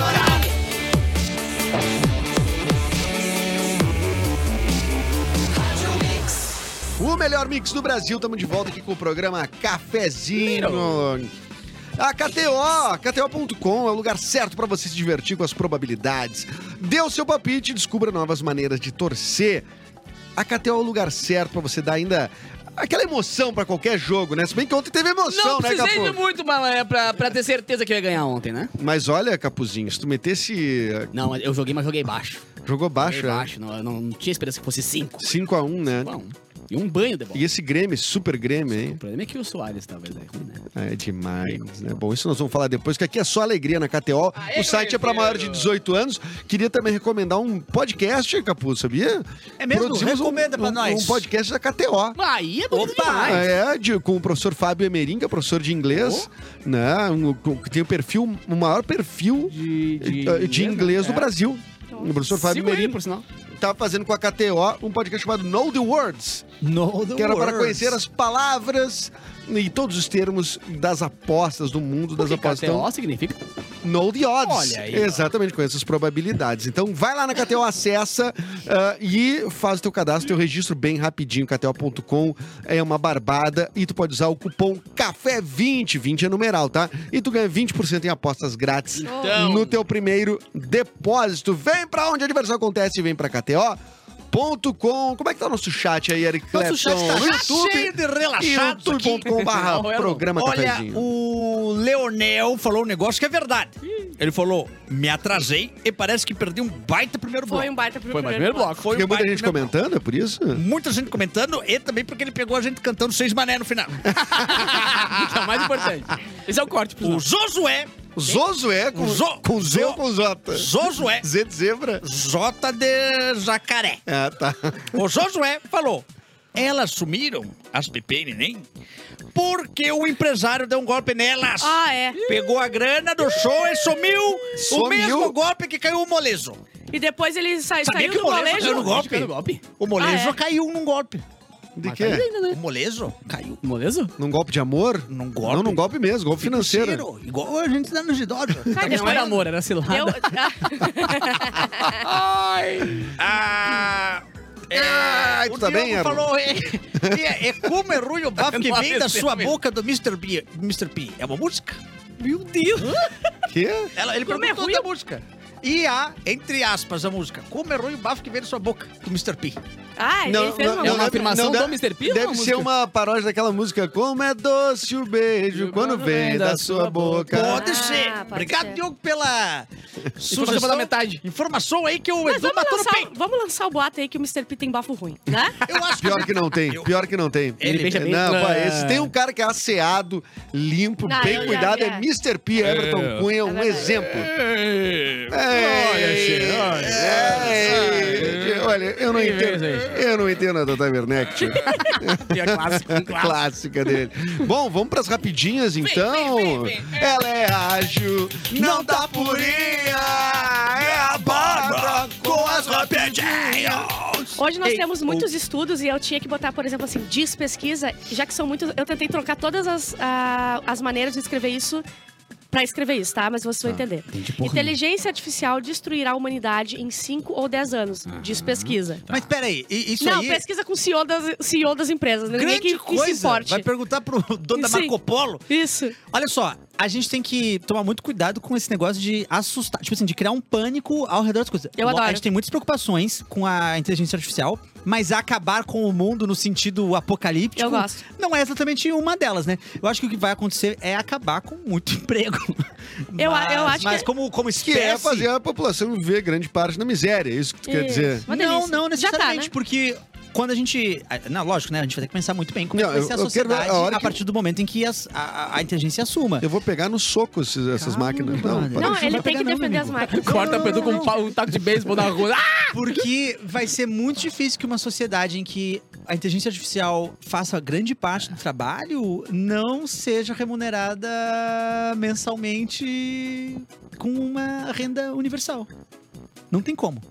A: O melhor mix do Brasil. Estamos de volta aqui com o programa Cafezinho. A KTO, KTO.com é o lugar certo para você se divertir com as probabilidades. Dê o seu palpite e descubra novas maneiras de torcer. A KTO é o lugar certo para você dar ainda aquela emoção para qualquer jogo, né? Se bem que ontem teve emoção,
C: Não
A: né,
C: precisei de
A: Capu?
C: muito malandro pra, pra ter certeza que eu ia ganhar ontem, né?
A: Mas olha, Capuzinho, se tu metesse.
C: Não, mas eu joguei, mas joguei baixo.
A: Jogou baixo,
C: Joguei
A: né?
C: baixo, não, não, não tinha esperança que fosse cinco.
A: 5x1, né?
C: Bom, e um banho de bola.
A: E esse Grêmio, super Grêmio, hein?
C: O problema é que o Soares talvez é ruim, né?
A: Ah, É demais, né? Bom, isso nós vamos falar depois, que aqui é só alegria na KTO. o site é para maior de 18 anos. Queria também recomendar um podcast, Capu, sabia?
B: É mesmo?
A: um-
B: Recomenda pra
A: um,
B: nós.
A: Um podcast da KTO.
C: Aí é bonito
B: Opa!
C: demais.
A: É, de- com o professor Fábio Emerim, que é professor de inglês, né? Um, com- que tem o perfil, o maior perfil
C: De,
A: eh, de, inglês do Brasil. O professor Fábio
C: Sigo ele,
A: Emerim
C: por sinal.
A: estava fazendo com a KTO um podcast chamado Know the Words
B: No the
A: que era para
B: words.
A: conhecer as palavras e todos os termos das apostas do mundo das
C: Porque
A: apostas.
C: KTO significa...
A: Então, know the odds.
C: Olha aí, ó.
A: Exatamente, conhece as probabilidades. Então, vai lá na KTO, acessa ah, e faz o teu cadastro, teu registro bem rapidinho, kto.com. É uma barbada e tu pode usar o cupom CAFÉ20, 20 é numeral, tá? E tu ganha 20% em apostas grátis
C: Então-
A: no teu primeiro depósito. Vem pra onde a diversão acontece, vem pra KTO.com. Como é que tá o nosso chat aí, Eric Clapton?
B: Nosso chat tá
A: no YouTube,
B: cheio de relaxados aqui.
A: youtube.com.br programa
B: Olha,
A: cafezinho.
B: o Leonel falou um negócio que é verdade. Ele falou: me atrasei e parece que perdi um baita primeiro bloco.
D: Foi um baita pro
C: Foi, mas
D: primeiro
C: primeiro bloco.
B: Foi
A: Porque
B: um
A: muita
B: baita
A: gente
B: primeiro bloco.
A: comentando, é por isso?
B: Muita gente comentando e também porque ele pegou a gente cantando seis mané no final.
C: que é o mais importante. Esse é o corte, por
B: o
C: sinal.
B: Josué,
A: Zozué com,
B: Zo-
A: com Z
B: Zo-
A: ou com J?
B: Josué,
A: Z de zebra?
B: J de Jacaré.
A: Ah, tá.
B: O Josué falou: elas sumiram, as Pepe nem, porque o empresário deu um golpe nelas.
D: Ah, é.
B: Pegou a grana do show e sumiu.
A: Sumiu?
B: O mesmo golpe que caiu o molejo.
D: E depois ele sa-
B: Sabia
D: saiu
B: que
D: do
B: o molejo
D: molejo.
B: era no golpe?
C: Caiu no golpe?
B: O molejo
D: Ah, é?
B: caiu num golpe.
A: De
B: Mas
A: quê?
B: caiu ainda, né?
C: né?
B: O molejo caiu.
C: Moleza?
A: Num golpe de amor?
B: Num golpe?
A: Não, num golpe mesmo, golpe financeiro.
B: Tiro, igual a gente dando de dólar.
D: Cara,
C: Ah, Não é. era amor, era cilada.
D: Eu...
E: Ah,
A: Ai, tu tá bem,
B: é, Diogo
A: Aaron?
B: falou, é, é, é como é ruim o bafo que
C: Não
B: vem da
C: apareceu
B: sua
C: mesmo.
B: boca do Mr. P. Mr. P. É uma música?
D: Meu Deus!
A: Quê?
B: Ela, ele
D: Como
B: perguntou
D: é ruim
B: da
D: o-
B: música. E há, entre aspas, a música. Como é ruim o bafo que vem da sua boca do Mr. P.
D: Ah, ele fez uma
C: é uma
D: música.
C: afirmação do
A: deve-
C: Mr. P ou
A: Deve
C: uma
A: ser
C: música?
A: uma paródia daquela música Como é doce o beijo quando vem da sua boca.
B: Pode
D: Ah,
B: ser.
D: pode
B: Obrigado,
D: ser.
B: Diogo, pela sugestão.
C: pela metade.
B: Informação aí que o
D: Mas
B: Edu
D: vamos
B: matou no
D: lançar,
B: peito.
D: vamos lançar o boato aí que o Mr. P tem bafo ruim, né?
B: Eu acho que...
A: Pior que não tem, pior que não tem.
B: Ele beija
C: bem-
A: Não, pô,
C: Ah.
A: esse tem um cara que é asseado, limpo,
D: Não,
A: bem
D: eu já
A: cuidado,
D: vi,
A: é É.
D: é.
A: Mr. P. Everton Cunha, um
D: verdade.
A: exemplo.
E: Olha, che, olha.
A: Ei, ei, É. Olha, eu não entendo. Eu não entendo a Tata Werneck. tio.
C: Pior um clássico.
A: Clássica dele. Bom, vamos pras rapidinhas então. Ela é ágil, não tá purinha, é a barba com as rapidinhas.
D: Hoje
B: É
D: nós temos muitos estudos e eu tinha que botar, por exemplo, assim, diz pesquisa, já que são muitos. Eu tentei trocar todas as, ah, as maneiras de escrever isso pra escrever isso, tá? Mas vocês
B: Ah,
D: vão entender. Inteligência artificial destruirá a humanidade em 5 ou 10 anos, diz pesquisa.
B: Mas peraí, i- Ah. isso
D: Não,
B: aí... é
D: pesquisa com CEO das, CEO das empresas, né? Ninguém
B: Grande
D: que, que se
B: coisa.
D: importe.
B: Vai perguntar pro dono da
D: Sim.
B: Marco Polo.
D: Isso.
B: Olha só, a gente tem que tomar muito cuidado com esse negócio de assustar, tipo assim, de criar um pânico ao redor das coisas.
D: Eu
B: Lo- A
D: adoro.
B: gente tem muitas preocupações com a inteligência artificial, mas acabar com o mundo no sentido apocalíptico
D: Eu gosto.
B: não é exatamente uma delas, né? Eu acho que o que vai acontecer é acabar com muito emprego.
D: Eu a-
B: mas,
D: eu acho
B: mas
D: que-
B: como como
A: Que
B: espécie,
A: é fazer a população viver grande parte na miséria, é isso que tu quer
D: Isso.
A: dizer.
D: Uma
B: não,
D: delícia.
B: não
D: Já tá,
B: necessariamente,
D: né?
B: porque quando a gente. ah, Não, lógico, né? A gente vai ter que pensar muito bem como é
A: Não,
B: que vai
A: eu-
B: ser a
A: eu quero ver a
B: sociedade
A: hora
B: a
A: que-
B: partir do momento em que as- a, a- a inteligência assuma.
A: Eu vou pegar no soco esses- essas
B: Calma,
A: máquinas. então, Não,
B: brother.
A: para.
D: Não,
B: Não,
D: ele
B: vai
D: tem que
B: pegar não,
D: defender as
B: amigo.
D: máquinas.
C: Corta o Pedro com um, pau- um taco de beisebol na rua. Ah!
B: Porque vai ser muito difícil que uma sociedade em que a inteligência artificial faça grande parte do trabalho não seja remunerada mensalmente com uma renda universal. Não tem como.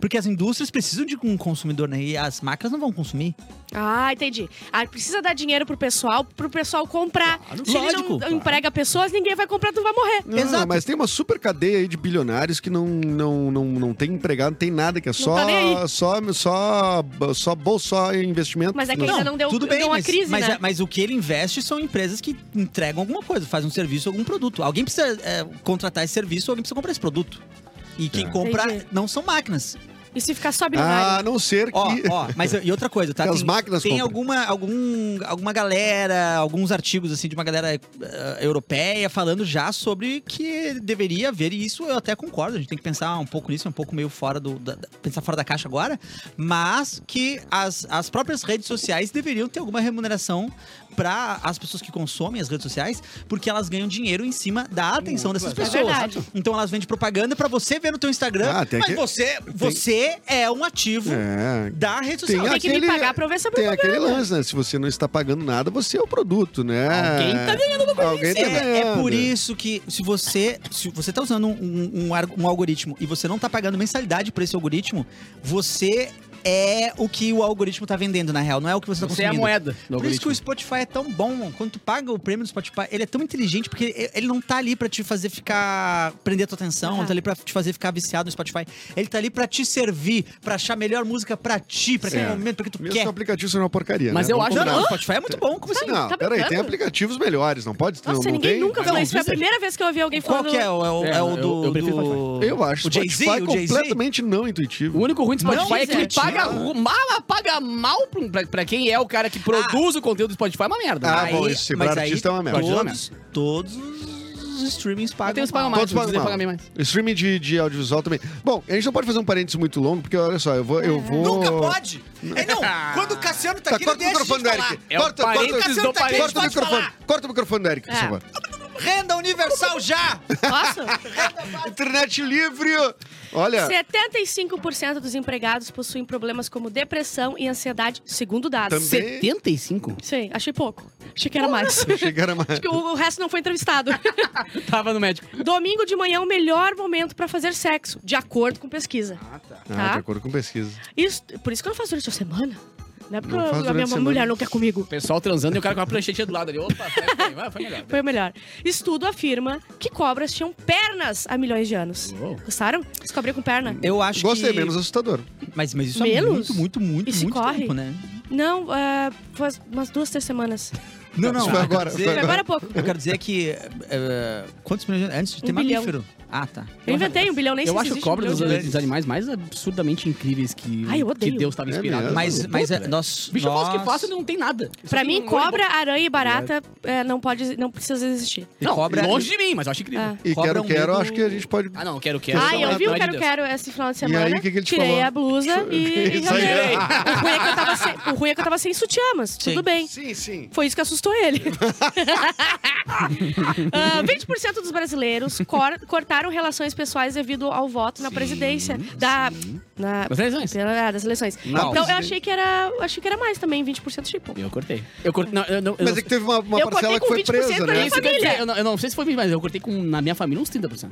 B: Porque as indústrias precisam de um consumidor, né? E as máquinas não vão consumir.
D: Ah, entendi. Ah, precisa dar dinheiro pro pessoal, pro pessoal comprar.
B: Claro,
D: Se ele
B: lógico,
D: não
B: claro.
D: emprega pessoas, ninguém vai comprar, tu vai morrer.
A: Não,
B: Exato.
A: mas tem uma super cadeia aí de bilionários que não, não, não, não tem empregado, não tem nada, que é só,
D: tá nem
A: só, só, só bolsa, só investimento.
D: Mas é que
A: Não.
D: ainda não deu,
B: Tudo
D: deu
B: bem,
D: uma
B: mas,
D: crise,
B: mas,
D: né?
B: a- mas o que ele investe são empresas que entregam alguma coisa, fazem um serviço, algum produto. Alguém precisa é, contratar esse serviço, alguém precisa comprar esse produto. E quem compra
D: Entendi.
B: não são máquinas.
D: E se ficar só
A: Ah,
B: Ah,
A: A
D: bilionário?
A: não ser que.
B: Ó, ó, mas e outra coisa, tá?
A: Que as
B: tem,
A: máquinas
B: tem
A: compram.
B: alguma algum alguma galera, alguns artigos assim de uma galera eh, europeia falando já sobre que deveria haver e isso eu até concordo, a gente tem que pensar um pouco nisso, é um pouco meio fora do da- da- pensar fora da caixa agora, mas que as, as próprias redes sociais deveriam ter alguma remuneração para as pessoas que consomem as redes sociais, porque elas ganham dinheiro em cima da atenção dessas
D: é
B: pessoas.
D: verdade.
B: então elas vendem propaganda para você ver no teu Instagram,
A: Ah, tem
B: mas
A: que-
B: você você é um ativo
A: É.
B: da rede social.
D: Tem que me
A: aquele-
D: pagar pra eu ver essa
A: Tem aquele lance, né? Se você não está pagando nada, você é o produto, né?
C: Alguém tá
A: ganhando uma coisa. Alguém tá
B: É, é
A: ganhando.
B: por isso que se você se você tá usando um, um- um ar- um algoritmo e você não tá pagando mensalidade por esse algoritmo, você é o que o algoritmo tá vendendo na real, não é o que você tá
C: Você é a
B: consumindo.
C: moeda. do
B: Por isso que
C: algoritmo.
B: o Spotify é tão bom. Quando tu paga o prêmio do Spotify, ele é tão inteligente porque ele- ele não tá ali pra te fazer ficar. prender a tua atenção,
D: Ah.
B: não tá ali pra te fazer ficar viciado no Spotify. Ele tá ali pra te servir, pra achar a melhor música pra ti, pra aquele
A: É.
B: momento, pra que tu
A: Mesmo que
B: quer.
A: o aplicativo seja uma porcaria.
C: Mas
A: né?
C: eu
A: Vamos
C: acho-
B: Não,
A: combinar.
B: não, o Spotify é muito bom. Como assim?
A: Não,
D: tá
A: peraí,
D: brincando?
A: tem aplicativos melhores, não pode?
D: Nossa,
A: não, não
D: ninguém
A: tem?
B: Ah,
D: nunca falou
C: Não,
D: isso. Foi a
C: dizem.
D: primeira vez que eu ouvi alguém
B: Qual
D: falando.
B: que é? É o,
C: É,
B: é o
C: eu-
B: do.
C: eu prefiro
B: do...
A: Eu acho.
B: O Jay-Z?
A: Spotify é
B: O Jay-Z?
A: completamente não intuitivo.
C: O único ruim do Spotify
B: Não,
C: é que ele
B: gente,
C: paga
A: não.
C: ru- mal, paga mal pra, um- pra- pra quem é o cara que produz o conteúdo do Spotify. É uma merda.
A: Ah,
C: Aí-
A: bom, isso pra
B: mas
A: artista é uma merda.
B: Todos,
C: né?
B: todos os streamings pagam.
C: Eu tenho os pagam
B: mal.
C: mais,
A: Todos pagam
C: não precisa
A: mal.
C: pagar mim mais.
A: Streaming de, de audiovisual também. Bom, a gente não pode fazer um parênteses muito longo, porque olha só, eu vou. Eu vou...
B: Nunca pode! É não, quando o Cassiano tá,
A: Tá,
B: aqui,
A: corta o
B: ele deixa
A: microfone
B: de
A: do
B: falar.
A: Eric.
C: É o
A: Corta, corta, corta,
C: parênteses do parênteses,
A: corta o
B: pode
A: microfone.
B: falar.
A: Corta o microfone do Eric, por
D: É.
A: favor.
B: Renda universal já!
D: Posso?
A: Internet livre!
B: É.
A: Olha.
D: 75% dos empregados possuem problemas como depressão e ansiedade, segundo dados.
A: Também.
C: 75?
D: Sim, achei pouco. Achei que era mais.
A: Chegaram mais.
D: Acho que o, o resto não foi entrevistado.
C: Tava no médico.
D: Domingo de manhã é o melhor momento pra fazer sexo, de acordo com pesquisa.
A: Ah, de acordo com pesquisa.
D: Isso, por isso que eu não faço durante a semana. Não é porque
A: Não faz
D: a
A: durante a
D: minha
A: semana.
D: mulher não quer comigo.
C: O pessoal transando e o cara com a pranchete do lado ali. Opa, foi, foi, foi melhor.
D: Foi o melhor. Estudo afirma que cobras tinham pernas há milhões de anos.
C: Uou.
D: Gostaram? Descobriu com perna?
B: Eu acho
A: Gostei,
B: que...
A: menos assustador.
B: Mas, mas isso é
D: Menos?
B: muito, muito, muito,
D: Isso
B: muito
D: corre?
B: tempo, né?
D: Não, é, foi umas duas, três semanas.
B: Não,
A: Isso foi
B: não. eu quero
A: agora,
B: é dizer-
A: foi
D: Foi agora há pouco.
B: Eu quero dizer que... eh, quantos milhões de anos? Antes de ter
D: Um bilhão.
B: mamífero. Ah, tá.
D: Eu inventei um bilhão, nem
C: Eu
D: sei se
C: acho
D: existe
C: cobra
D: um
C: dos,
D: bilhão de anos.
C: dos animais mais absurdamente incríveis que,
D: Ai, eu odeio.
C: que Deus estava
A: É
C: inspirado. é,
A: mesmo?
B: Mas, mas eh, nós...
C: Bicho
B: nós...
C: falso que faça não tem nada. Isso
D: Pra
C: aqui
D: mim,
C: não é olha-
D: cobra, aranha e barata é, não, pode, não precisa existir.
B: E
C: Não,
B: cobra-
C: longe de mim, mas eu acho incrível.
D: Ah.
A: E
B: Cobra
A: quero,
B: um
A: quero,
B: medo-
A: acho que a gente pode.
C: Ah, não, quero, quero.
D: Ah, eu
C: não,
D: vi o
C: não é de
D: Quero
C: Deus.
D: Quero esse final de
A: aí,
D: semana.
A: o que que ele te
D: tirei
A: falou?
D: a blusa e. e
A: Isso aí.
D: realmente- o, ruim é que eu tava sem, o ruim é que eu tava sem sutiã, mas
B: Sim.
D: tudo bem.
A: Sim, sim.
D: Foi isso que assustou ele. Ah, 20% dos brasileiros cor- cortaram relações pessoais devido ao voto na presidência da. na-
C: Mas é isso.
D: pela- ah, das eleições.
B: Não.
D: Então eu achei que era. eu achei que era mais também, 20% tipo.
C: Eu cortei. Eu cortei. Não, eu, não, eu
A: Mas
C: não-
A: é que teve uma, uma
D: Eu
A: parcela
D: cortei
A: que
D: com
A: foi
D: 20%
A: presa,
D: pra
A: né?
D: minha
C: Isso que eu ia
D: família.
C: dizer, eu não, eu não sei se foi, mas eu cortei com, na minha família uns 30%.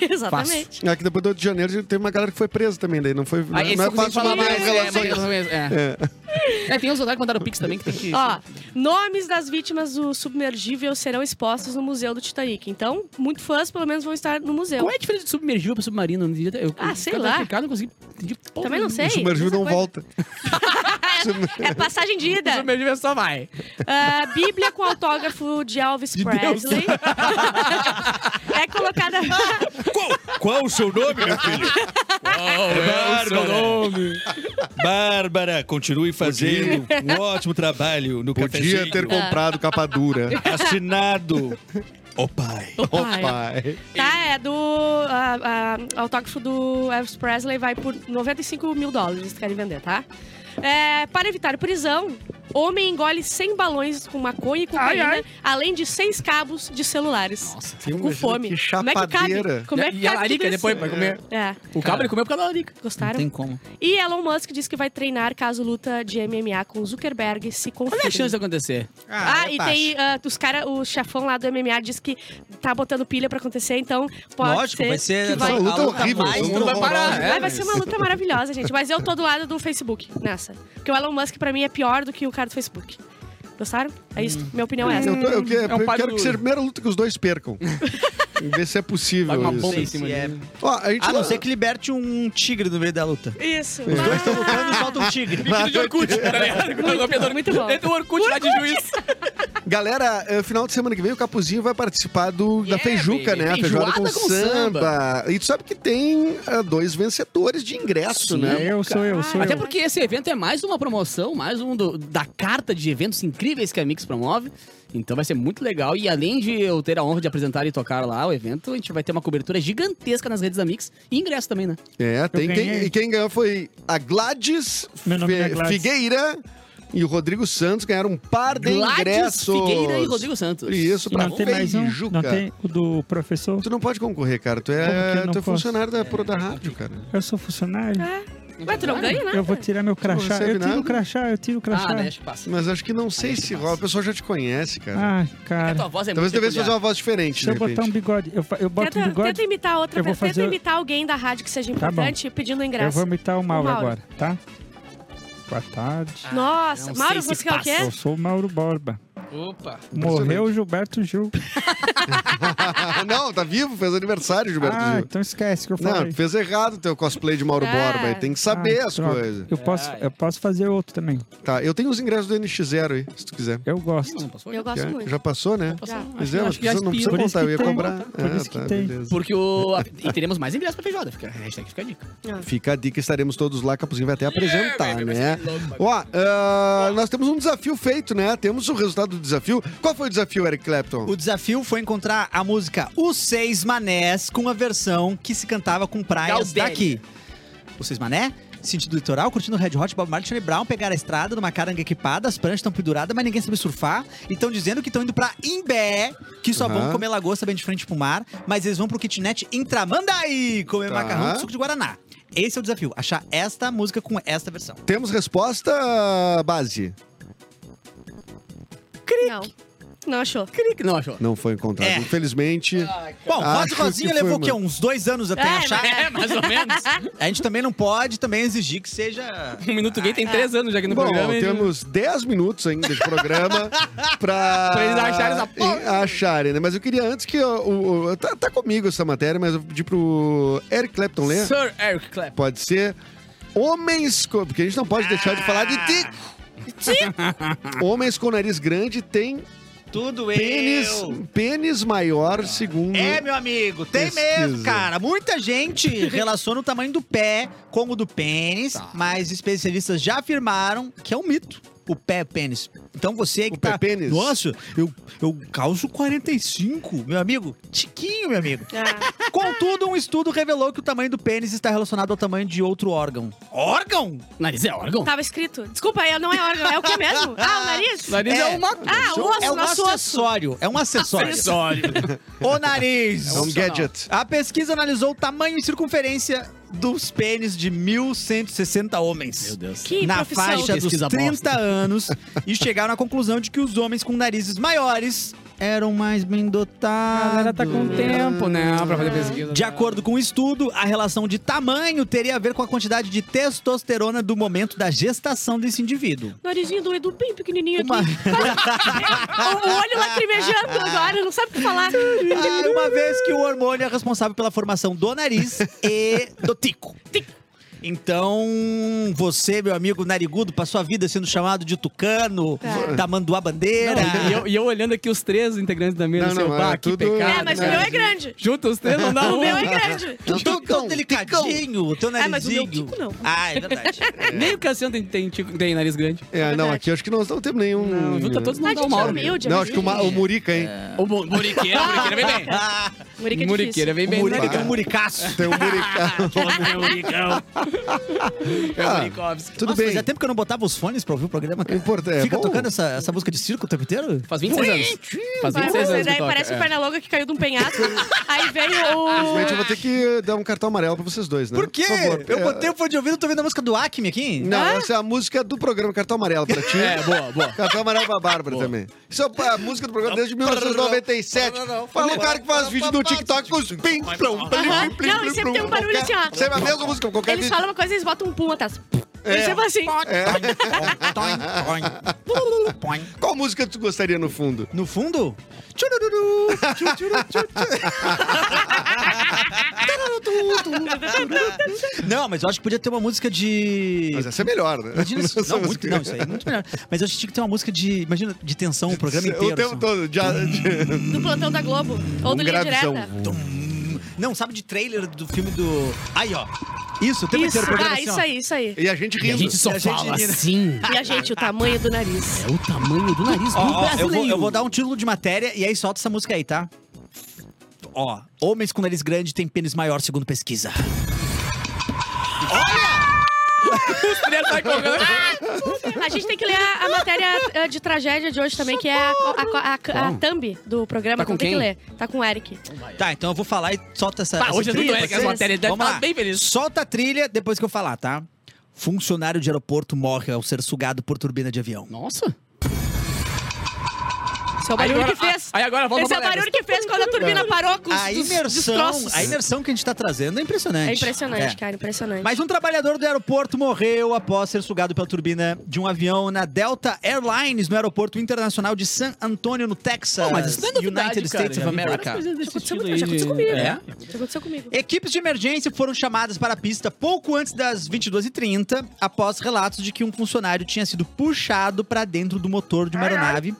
D: Exatamente.
A: É que depois do Rio de Janeiro teve uma galera que foi presa também, daí não foi.
C: Aí, Ah, esse
A: não é
C: eu consegui
A: fácil falar
C: falar,
A: mais
C: é,
A: relações.
C: mas- É, É, tem uns outros que mandaram pix também que tem que...
D: Ó, nomes das vítimas do submergível serão expostos no Museu do Titanic. Então, muito fãs, pelo menos, vão estar no museu.
C: Qual é a diferença de submergível pra submarino? Eu não entendi- eu-
D: Ah,
C: eu-
D: sei
C: cada
D: lá.
C: Explicado, eu não consegui entendi porra
D: Também não
C: nenhuma.
D: sei.
A: é O submergível
D: essa
A: não
D: coisa.
A: volta.
D: É passagem de
C: O
D: ida.
C: submergível é só vai.
D: Ah, Bíblia com autógrafo de Elvis
C: De Deus.
D: Presley. é colocada.
E: Qual o seu nome, meu filho? Qual é o seu nome? Bárbara, continue fazendo um ótimo trabalho no
A: Podia
E: cafezinho.
A: ter comprado capa dura.
E: Assinado. Ô pai.
A: Ô
D: Ah, é.
A: pai.
D: Tá, é do. ah, ah, autógrafo do Elvis Presley vai por 95 mil dólares, eles querem vender, tá? É, para evitar prisão, homem engole 100 balões com maconha e cocaína, além de seis cabos de celulares.
C: Nossa.
D: Tô com
A: Imagina
D: fome.
A: que
D: Como é que
A: chapadeira.
D: cabe? Como é que
C: e a
D: cabe
C: larica
D: tudo isso?
C: depois vai comer.
D: É,
C: O cabra ele comeu por causa da larica.
B: Não
D: gostaram?
B: tem como.
D: E Elon Musk diz que vai treinar caso luta de MMA com Zuckerberg se
C: Qual é a chance
D: confirme.
C: de acontecer?
D: Ah, e tem ah, os cara, o chefão lá do MMA diz que tá botando pilha pra acontecer, então pode
B: Lógico,
D: ser
B: vai ser
D: que vai...
A: Essa luta é horrível.
B: mais
A: essa luta
C: vai parar,
A: horrorosa.
C: é.
D: Ai, vai ser uma luta maravilhosa, gente. Mas eu tô do lado do Facebook nessa. Porque o Elon Musk, pra mim, é pior do que o cara do Facebook. Gostaram? É isso. Minha opinião é essa.
A: Eu, tô- eu que-
C: É um
A: eu
C: pai
A: quero
C: do-
A: que seja a primeira luta que os dois percam. Ver se é possível
C: Vai uma
A: isso.
C: bomba em
B: Se
C: cima
B: é-
C: dele.
A: Ó, a gente
B: A não ser que liberte um tigre no meio da luta.
D: Isso.
B: Os dois estão lutando e soltam um tigre.
C: de Orkut, tá ligado? Com o golpeador.
D: Muito bom.
C: Dentro do Orkut, lá de juiz.
A: Galera, eh, final de semana que vem o Capuzinho vai participar do, da
C: Yeah,
A: Feijuca,
C: baby.
A: né? A feijoada com,
C: Feijoada com
A: samba. E tu sabe que tem ah, dois vencedores de ingresso, né?
C: eu sou eu,
D: sou
C: Até
D: eu.
C: porque esse evento é mais uma promoção, mais um do- da carta de eventos incríveis que a Mix promove. Então vai ser muito legal. E além de eu ter a honra de apresentar e tocar lá o evento, a gente vai ter uma cobertura gigantesca nas redes da Mix. E ingresso também, né?
A: É, tem quem,
F: ganhei.
A: e quem ganhou foi a Gladys,
F: Meu nome
A: Fe-
F: é Gladys.
A: Figueira e o Rodrigo Santos ganharam um par de
C: Gladys
A: ingressos.
C: Figueira e Rodrigo Santos.
A: Isso,
F: E
A: pra
F: não tem mais um?
A: Feijuca.
F: Não tem o do professor?
A: Tu não pode concorrer, cara. Tu
F: Como que
A: é,
F: eu não
A: tu é
F: posso?
A: funcionário da, pro- da rádio, cara.
F: Eu sou funcionário?
D: Mas tu não ganha, né?
F: Eu vou tirar meu crachá.
A: recebe
F: Eu tiro
A: nada?
F: o crachá, eu tiro o crachá.
C: Ah, né? Acho que passa.
A: Mas acho que não sei se rola. O pessoal já te conhece, cara.
F: Ai,
C: A tua
F: Ah, cara.
C: voz é
A: Talvez
C: muito
A: devesse fazer
C: peculiar.
A: uma voz diferente,
F: Se
A: né?
F: eu botar um bigode, eu, fa- eu boto um
D: Tenta,
F: bigode,
D: tenta imitar outra
F: Eu vou
D: pessoa.
F: fazer-
D: Tenta imitar alguém da rádio que seja
F: Tá bom.
D: importante pedindo
F: eu
D: ingresso.
F: vou imitar o Mauro
D: Mauro.
F: agora, tá? Boa tarde.
D: Nossa,
C: não
D: Mauro,
C: sei
D: você
C: se
D: quer o quê?
F: Eu sou o Mauro Borba.
C: Opa.
F: Morreu o Gilberto Gil.
A: não, tá vivo, fez aniversário, Gilberto
F: Ah,
A: Gil.
F: então esquece que eu falei.
A: Não, fez errado o teu cosplay de Mauro
D: Ah.
A: Borba. aí Tem que
F: Ah,
A: saber as
F: droga.
A: coisas.
F: Eu posso,
C: Ai.
F: eu posso fazer outro também.
A: Tá, eu tenho os ingressos do NX0 aí, se tu quiser.
F: Eu gosto.
C: Não, não passou?
D: Eu gosto
A: Já,
D: muito.
A: já passou, né?
C: Passou. Acho
A: Mas
C: que-
A: é,
C: acho
A: mas
C: que já
A: precisa- não precisa
C: expirou.
F: Por isso
A: contar, eu ia
F: que tem.
A: cobrar. É, tá,
F: Por isso que tem.
A: beleza.
C: Porque o. E teremos mais ingressos pra feijoada. Fica, hashtag fica a dica.
A: Fica a dica, estaremos todos lá, Capuzinho vai até apresentar,
C: baby, É, vai
A: né?
C: ser louco, vai.
A: Ó, ah, nós temos um desafio feito, né? Temos o resultado do desafio. Qual foi o desafio, Eric Clapton?
B: O desafio foi encontrar a música Os Seis Manés com a versão que se cantava com praias
C: Galdéria.
B: daqui. Os Seis Mané, sentido litoral, curtindo Red Hot, Bob Marley, Charlie Brown, pegaram a estrada numa caranga equipada, as pranchas estão penduradas, mas ninguém sabe surfar. E estão dizendo que estão indo pra Imbé, que só
A: Aham.
B: vão comer lagosta bem de frente pro mar, mas eles vão pro kitnet Intramandaí comer
A: Tá.
B: macarrão com suco de guaraná. Esse é o desafio, achar esta música com esta versão.
A: Temos resposta, base.
D: Não. Não achou.
C: Cri que não achou.
A: Não foi encontrado.
B: É.
A: Infelizmente.
B: Bom, Rosa
A: Acho
B: Rosinha
A: Ah, que foi
B: levou o quê?
A: uma-
B: Uns dois anos até
D: É,
B: achar.
D: mas-
C: É, mais ou menos.
B: A gente também não pode também exigir que seja.
C: Um Minuto Gay tem três anos já aqui no
A: Bom,
C: programa. e-
A: temos 10 minutos ainda de programa pra.
C: Pra eles acharem essa porra.
A: e- acharem, né? Mas eu queria antes que. eu- o- o- tá, tá comigo essa matéria, mas eu vou pedir pro Eric Clapton ler.
C: Sir Eric Clapton.
A: Pode ser. Homens. Com... Porque a gente não pode deixar de falar de tico.
C: Ah.
A: Homens com nariz grande têm
B: Tudo
A: pênis,
B: eu.
A: pênis maior, segundo.
B: É, meu amigo, tem
A: Pesquisa.
B: mesmo, cara. Muita gente relaciona o tamanho do pé com o do pênis,
A: Tá.
B: mas especialistas já afirmaram que é um mito. O pé é pênis. Então você que
A: pé é
B: tá.
A: pênis?
B: Nossa, eu, eu causo 45, meu amigo. Tiquinho, meu amigo.
D: Ah,
B: Contudo, um estudo revelou que o tamanho do pênis está relacionado ao tamanho de outro órgão. Órgão?
C: Nariz é órgão?
D: tava escrito. Desculpa, é- não é órgão, é o que mesmo? Ah, o nariz?
C: Nariz é,
B: É.
C: uma.
D: Ah, o osso,
B: é um
D: nosso osso.
B: acessório. É um acessório.
C: Acessório.
B: o nariz.
A: É um gadget.
B: A pesquisa analisou o tamanho e circunferência dos pênis de 1.160 homens.
C: Deus.
D: Que
B: Na
D: profissão.
B: faixa dos
C: Pesquisa
B: 30 anos e chegaram à conclusão de que os homens com narizes maiores eram mais bem
F: A
B: dotados.
F: galera tá com tempo.
C: Tempo, né?
B: Hum.
C: Pra fazer pesquisa.
B: De acordo com o estudo, a relação de tamanho teria a ver com a quantidade de testosterona do momento da gestação desse indivíduo.
D: Narizinho do Edu bem pequenininho aqui. É,
B: Uma-
D: o olho lacrimejando agora, não sabe o que falar.
B: Ah, uma vez que o hormônio é responsável pela formação do nariz e do tico. Então, você, meu amigo narigudo, passou a vida sendo chamado de tucano,
D: É.
B: da manduá bandeira.
C: Não, e, eu, e eu olhando aqui os três integrantes da mesa,
A: Não,
C: assim,
A: não,
C: eu, pá,
A: é
C: que
A: tudo-
C: pecado.
D: É, mas o
A: né?
D: meu é grande.
C: Junta os três, não dá
D: O
C: um.
D: meu é grande.
B: Tu- tu- tu- tão delicadinho, o teu narizinho.
D: É, mas o meu tico não.
B: Ah, é verdade.
C: Nem o Cassiano tem, tem, tico- tem nariz grande.
A: É, não,
D: verdade.
A: aqui eu acho que nós não temos nenhum.
C: Não, junta todos não
D: Mas
C: dá
D: a
C: um
D: gente é
C: mal.
D: humilde,
A: Não,
D: é
A: acho que o, Ma- o
D: humilde.
A: Murica, hein?
C: É. O bu- Muriqueira, o Muriqueira vem bem.
D: Murica é
C: Muriqueira
D: difícil.
C: vem
B: o Murica
C: bem. né?
B: tem
A: Tem o Murica.
B: um muricaço.
C: É o Muricão. É o
A: Ah,
C: Murikovski.
A: Tudo
B: Nossa,
A: bem.
B: fazia tempo que eu não botava os fones pra ouvir o programa. cara.
A: Importa- é
B: Fica
A: bom.
B: tocando essa, essa música de circo o tempo inteiro?
C: Faz 26 anos. Faz
D: Vai,
C: 26
D: você
C: anos.
D: daí
C: que toca,
D: parece
C: é.
D: o Pernalonga que caiu de um penhasco. Aí veio
A: Infelizmente, eu
D: o.
A: vou ter que dar um cartão amarelo pra vocês dois, né?
B: Por quê?
A: Por favor.
B: eu
A: É,
B: botei o fone de ouvido, tô vendo a música do Acme aqui.
A: Não, essa é a música do programa Cartão Amarelo pra ti.
C: É, boa, boa.
A: Cartão Amarelo pra Bárbara também. Isso é a música do programa desde 1997. Fala o cara que faz vídeo no TikTok com os pim, plum, plim,
D: Aham.
A: plim, plim,
D: Não, e
A: plim,
D: sempre
A: plum.
D: tem um barulho assim, ó.
A: Sempre a mesma música, qualquer
D: Eles
A: vídeo.
D: falam uma coisa e eles botam um pum atrás. Eles sempre assim.
A: É. Qual música tu gostaria no fundo?
B: No fundo? Tchurururu, tchu, tchuru, tchu, tchu. Tchururu. Não, mas eu acho que podia ter uma música de.
A: Mas essa é melhor, né?
B: Imagina se...
A: Essa
B: não,
A: música.
B: muito, não, isso aí é muito melhor. Mas eu acho que tinha que ter uma música de. Imagina, de tensão o programa inteiro.
A: é O tempo
B: assim.
A: todo. Já, já-
D: Do plantão da Globo. Ou
A: um
D: do Linha
A: gravizão.
D: Direta.
B: Não, sabe de trailer do filme do. Aí, ó. Isso, o tempo
D: Isso,
B: inteiro o programa
D: ah,
B: assim,
D: isso
B: ó.
D: aí, isso aí.
A: E a gente
C: E a
A: rindo.
C: gente só
B: E a gente
C: fala
D: né?
B: rindo.
C: assim.
D: E a gente, o tamanho do nariz.
C: É o tamanho do nariz do
B: Ó, ó, eu,
C: brasileiro.
B: vou, eu vou dar um título de matéria e aí solta essa música aí, tá? Ó, homens com nariz grande têm pênis maior, segundo pesquisa.
C: três, vai correndo.
D: A gente tem que ler a, a matéria eh, de tragédia de hoje também, que é a, a, a, a thumb do programa.
C: Tá com
D: então tem que
C: quem?
D: ler. Tá com o Eric.
B: Tá, então eu vou falar e solta essa.
C: Pá,
B: essa
C: hoje é tudo
B: trilha
C: é,
B: pra
C: que as
B: vocês.
C: matérias devem
B: Vamos
C: estar
B: lá.
C: bem felizes.
B: Solta a trilha depois que eu falar, tá? Funcionário de aeroporto morre ao ser sugado por turbina de avião.
C: Nossa.
D: Esse é o barulho que fez.
C: Aí agora volta
D: Esse é o
C: pra
D: barulho que fez quando a turbina parou com os,
B: A
D: dos
B: imersão,
D: destroços.
B: a imersão que a gente tá trazendo é impressionante.
D: É impressionante,
B: É.
D: cara, impressionante.
B: Mas um trabalhador do aeroporto morreu após ser sugado pela turbina de um avião na Delta Airlines no aeroporto internacional de San Antonio, no Texas,
C: Mas isso não é novidade,
B: United
C: cara.
B: States
C: Já
B: of
C: vi várias
B: America.
C: coisas desse tipo,
D: aconteceu
C: estilo
D: muito- já
C: aí de-
D: aconteceu comigo.
C: É?
D: Isso aconteceu comigo.
B: Equipes de emergência foram chamadas para a pista pouco antes das 22h30, após relatos de que um funcionário tinha sido puxado para dentro do motor de uma aeronave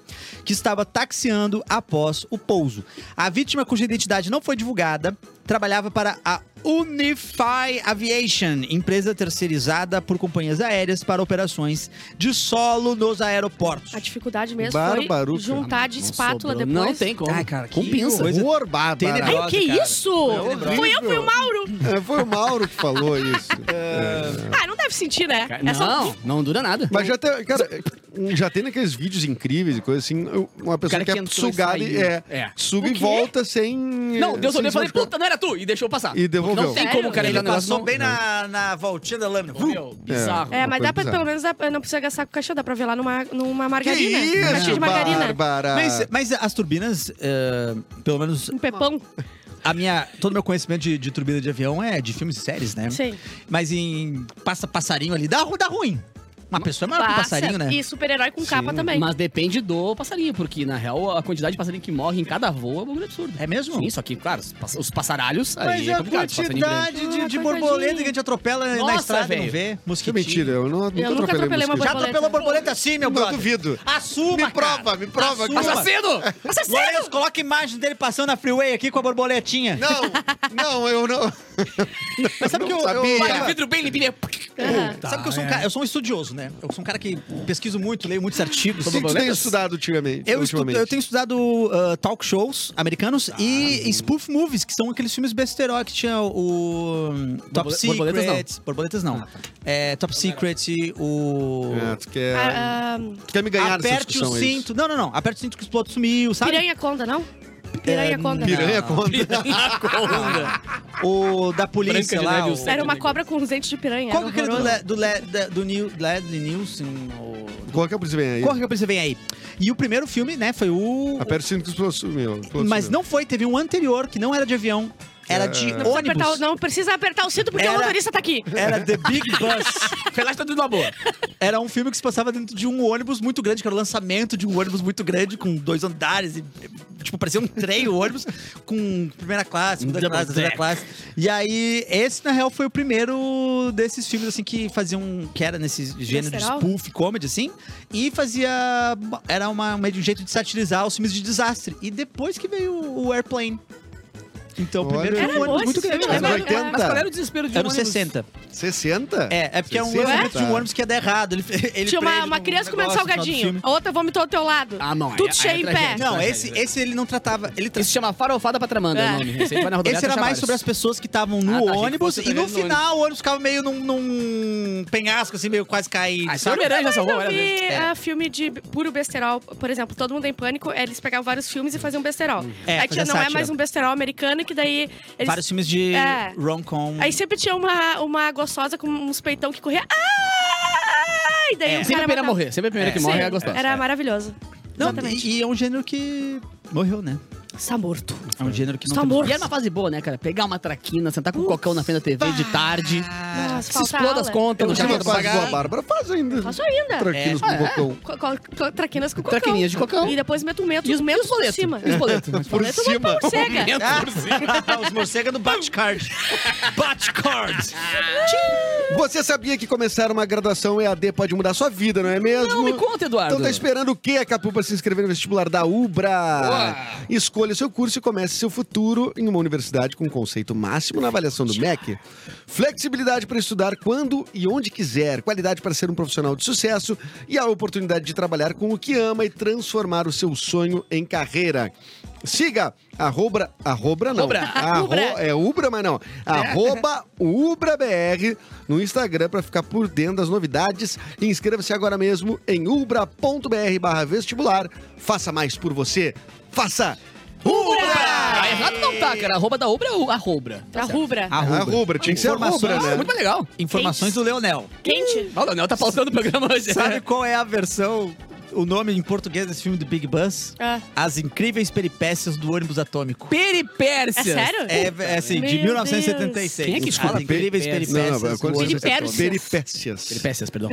B: que estava taxiando após o pouso. A vítima, cuja identidade não foi divulgada, trabalhava para a Unify Aviation, empresa terceirizada por companhias aéreas para operações de solo nos aeroportos.
D: A dificuldade mesmo foi
A: Barbaruca.
D: juntar de
C: Não
D: espátula
C: sobrou.
D: depois.
C: Não tem como.
B: Ai, cara, que
C: Compensa.
B: coisa-
A: Horror bárbaro.
B: Tenebrosa.
D: Ai, que
B: cara.
D: isso?
A: horrível.
D: Fui eu, fui o Mauro.
A: É, foi o Mauro que falou isso. É.
D: Ah, não deve sentir, né? É só-
C: Não, não dura nada.
A: Mas já tem. Cara, já tem naqueles vídeos incríveis e coisa assim, eu- uma pessoa
C: cara
A: que
C: que
A: é
C: entrou e
A: sugada e,
C: saiu.
A: é,
C: É.
A: suga
D: O
A: e
D: quê?
A: volta sem.
C: Não, Deus
A: sem
C: olhou e
A: se
C: falei,
A: machucar.
C: puta, não era tu! E deixou passar.
A: E
C: Porque
A: devolveu.
C: Não tem
D: Sério?
C: como, cara,
D: Ele
B: Ele
C: ainda
B: passou bem na, na voltinha da lâmina.
C: Meu, bizarro.
D: É,
A: Uma coisa
D: mas dá pra,
A: bizarra.
D: pelo menos, dá pra- não precisa gastar com caixão, dá pra ver lá numa, numa
A: Que
D: margarina. uma caixinha
A: isso,
D: de margarina.
A: Bárbara?
B: Mas, mas as turbinas, eh, pelo menos
D: Um pepão.
B: a minha, todo o meu conhecimento de, de turbina de avião é de filmes e séries, né?
D: Sim.
B: Mas em passa passarinho ali, dá, ru- dá ruim. Uma pessoa é maior que um
D: Passa.
B: passarinho, né?
D: E super-herói com capa também.
C: Mas depende do passarinho, porque na real a quantidade de passarinho que morre em cada voo é um bagulho absurdo.
B: É mesmo?
C: Sim, só que, claro, os pass- os passaralhos aí
B: Mas
C: é
B: a
C: complicado. os passarinhos grandes.
B: quantidade de, de
D: Ah,
B: borboleta
D: coitadinho.
B: que a gente atropela na
C: Nossa,
B: estrada e não
C: velho.
B: vê.
A: Que
B: Mosquitinho.
A: é mentira, eu não, nunca
D: Eu nunca atropelei uma
A: mosquito.
B: Já
D: Borboleta.
B: atropelou borboleta sim, meu
A: Não
B: brother.
A: duvido. Me
B: Assuma, cara.
A: prova, me prova que-
B: Assuma.
C: Assassino! Assassino!
B: Lourenço, coloca imagem dele passando na freeway aqui com a borboletinha.
A: Não, não, eu não.
B: Mas sabe que eu, eu-
A: sabia.
C: Vai, o vidro bem limpinho.
B: sabe que eu sou um cara, eu sou um estudioso, né? Eu sou um cara que pesquiso muito, leio muitos artigos.
A: O que que tu tem estudado ultimamente?
B: é Eu, estu-
A: ultimamente?
B: eu tenho estudado uh, talk shows americanos e spoof movies, que são aqueles filmes besterol que tinha o um, Top
C: Borbole-
B: Secret.
C: borboletas não.
B: Borboletas não. É, Top Secret, o.
A: É, tu quer,
D: Ah, ah,
A: tu quer me ganhar nessa
B: Aperte
A: discussão,
B: o
A: é isso?
B: cinto. Não, não, não. Aperte o cinto que o piloto sumiu, sabe? É,
D: piranha conta, não? Piranha conta.
A: Piranha
B: Não.
A: contra.
B: O da
C: Branca
B: polícia
C: de
B: lá.
C: Neve,
B: o-
C: o sete.
D: Era uma cobra com os dentes de piranha.
B: Qual que é
D: era
B: aquele do,
D: horroroso.
B: Le, do, Le, da- do Neil, Leslie Nielsen? O...
A: Qual que é o príncipe aí?
B: Corre que a polícia vem aí. E o primeiro filme, né, foi o.
A: Aperte o cinto que os pilotos sumiu. os pilotos
B: Mas
A: sumiu.
B: não foi, teve um anterior que não era de avião, era de
D: Não precisa, apertar, o-
B: ônibus.
D: não precisa apertar o cinto porque
B: Era-
D: o motorista tá aqui.
B: Era The Big Bus.
C: Relaxa, tá tudo na boa.
B: Era um filme que se passava dentro de um ônibus muito grande, que era o lançamento de um ônibus muito grande, com dois andares, e, tipo, parecia um trem o ônibus, com primeira classe, segunda
C: Double
B: classe, terceira
C: deck.
B: classe. E aí, esse, na real, foi o primeiro desses filmes, assim, que faziam, que era nesse gênero de
D: Besterol?
B: spoof comedy, assim, e fazia, era uma, meio de um jeito de satirizar os filmes de desastre. E depois que veio o Airplane. Então, o primeiro
A: Olha.
B: foi um
D: Era
B: ônibus
D: bom
B: muito
D: esse
B: grande.
D: filme,
B: Mas
A: Anos
D: era-
B: né?
A: 80.
B: Tá.
C: Mas qual era o desespero de um
B: era nos
C: ônibus?
B: 60.
A: 60?
B: É, é porque é um
A: 60?
B: lançamento de um ônibus que ia dar errado. Ele, ele
D: Tinha
B: prende
D: uma, uma
B: num
D: criança comendo
B: negócio assim. no final do
D: salgadinho,
B: filme.
D: a outra vomitou ao teu lado.
C: Ah, não, aí-
D: Tudo
C: aí
D: cheio
C: é
D: em pé.
C: tragédia.
B: Não, esse, esse ele não tratava. Ele tra-
C: Esse se chama Farofada pra Tramanda,
D: É.
C: o nome. Esse, aí vai na rodoviária,
B: Esse era mais
C: tem vários.
B: sobre as pessoas que estavam
C: Ah,
B: no
C: tá, achei que
B: ônibus
C: fosse
B: e no
C: através do
B: final o ônibus ficava meio num, num penhasco, assim, meio quase caindo.
C: Ah, esse
B: sabe?
C: Homem-Aranha já salvou
D: Eu
B: né?
C: várias vezes.
D: vi
B: É.
D: ah, filme de puro besterol, por exemplo, Todo Mundo em Pânico, eles pegavam vários filmes e faziam besterol.
B: É,
D: Aí
B: fazia
D: tinha, não é
B: sátira.
D: mais um besterol americano, que daí eles...
B: Vários filmes de
D: É.
B: rom-com.
D: Aí sempre tinha uma, uma gostosa com uns peitão que corria... Ah! E
B: É.
D: daí
C: Sempre
D: o
C: a
D: cara
C: primeira a
D: matava.
C: morrer. Sempre a primeira que
D: Sim,
C: morre é a gostosa.
D: Era maravilhoso.
B: Não,
D: Exatamente.
B: e, e é um gênero que morreu, né?
D: Está morto.
B: É um gênero que não
D: Está
B: tem-
C: E
D: morto.
C: era uma fase boa, né, cara? Pegar uma traquina, sentar com o cocão na frente da TV de tarde.
D: Nossa,
C: Ah, Se
D: falta
C: exploda as
D: Ah, aula.
C: contas,
A: Eu
C: não
A: já
C: tinha
A: não
C: conta pra
A: faz
C: pagar.
A: igual a Bárbara faz ainda.
D: Faço ainda.
A: Tranquilos
B: É.
A: com o bocão.
D: Co- co- co- Traquinas com cocão.
C: Traquininhas de cocão.
D: E depois meto mento.
C: E
D: E
C: os-
D: os
C: e os
D: mentos por
C: boletos?
D: cima.
C: E os boletos?
D: Os
A: Por
D: boletos
A: cima.
D: vão pra morcega.
B: Ah, Os morcegos do Batcard. Batcard. É.
A: Você sabia que começar uma graduação EAD pode mudar sua vida, não é mesmo?
C: Não me conta, Eduardo.
A: Então tá esperando o quê, Capu, pra se inscrever no vestibular da Ubra? Escolha seu curso e comece seu futuro em uma universidade com conceito máximo na avaliação do MEC. Flexibilidade para estudar quando e onde quiser, qualidade para ser um profissional de sucesso e a oportunidade de trabalhar com o que ama e transformar o seu sonho em carreira. Siga arroba, arroba não,
C: Ubra.
A: Arro-
D: Ubra.
A: é Ubra, mas não, arroba UbraBR no Instagram para ficar por dentro das novidades e inscreva-se agora mesmo em ubra.br barra vestibular. Faça mais por você, faça
C: Ah, errado não tá, cara. Arroba da Obra é o arrobra.
D: A rubra.
A: a
B: Arroba.
A: Ubra, tinha que ser a Ubra,
C: Ah,
A: né?
C: muito mais legal.
D: É
B: Informações do Leonel.
D: Quente.
C: Ah, O Daniel tá pautando o programa hoje.
B: Sabe qual é a versão, o nome em português desse filme do Big Bus?
D: Ah.
B: As Incríveis Peripécias do Ônibus Atômico.
C: Peripércias.
D: É sério?
B: É, é assim, de
D: Meu
B: 1976.
C: Deus. Quem é que escolhe?
B: As Incríveis Peripécias
C: Peripécias.
A: Não, é não,
B: do
A: quando você-
B: Ônibus
D: Peripécias.
A: Peripécias.
C: Peripécias, é perdão.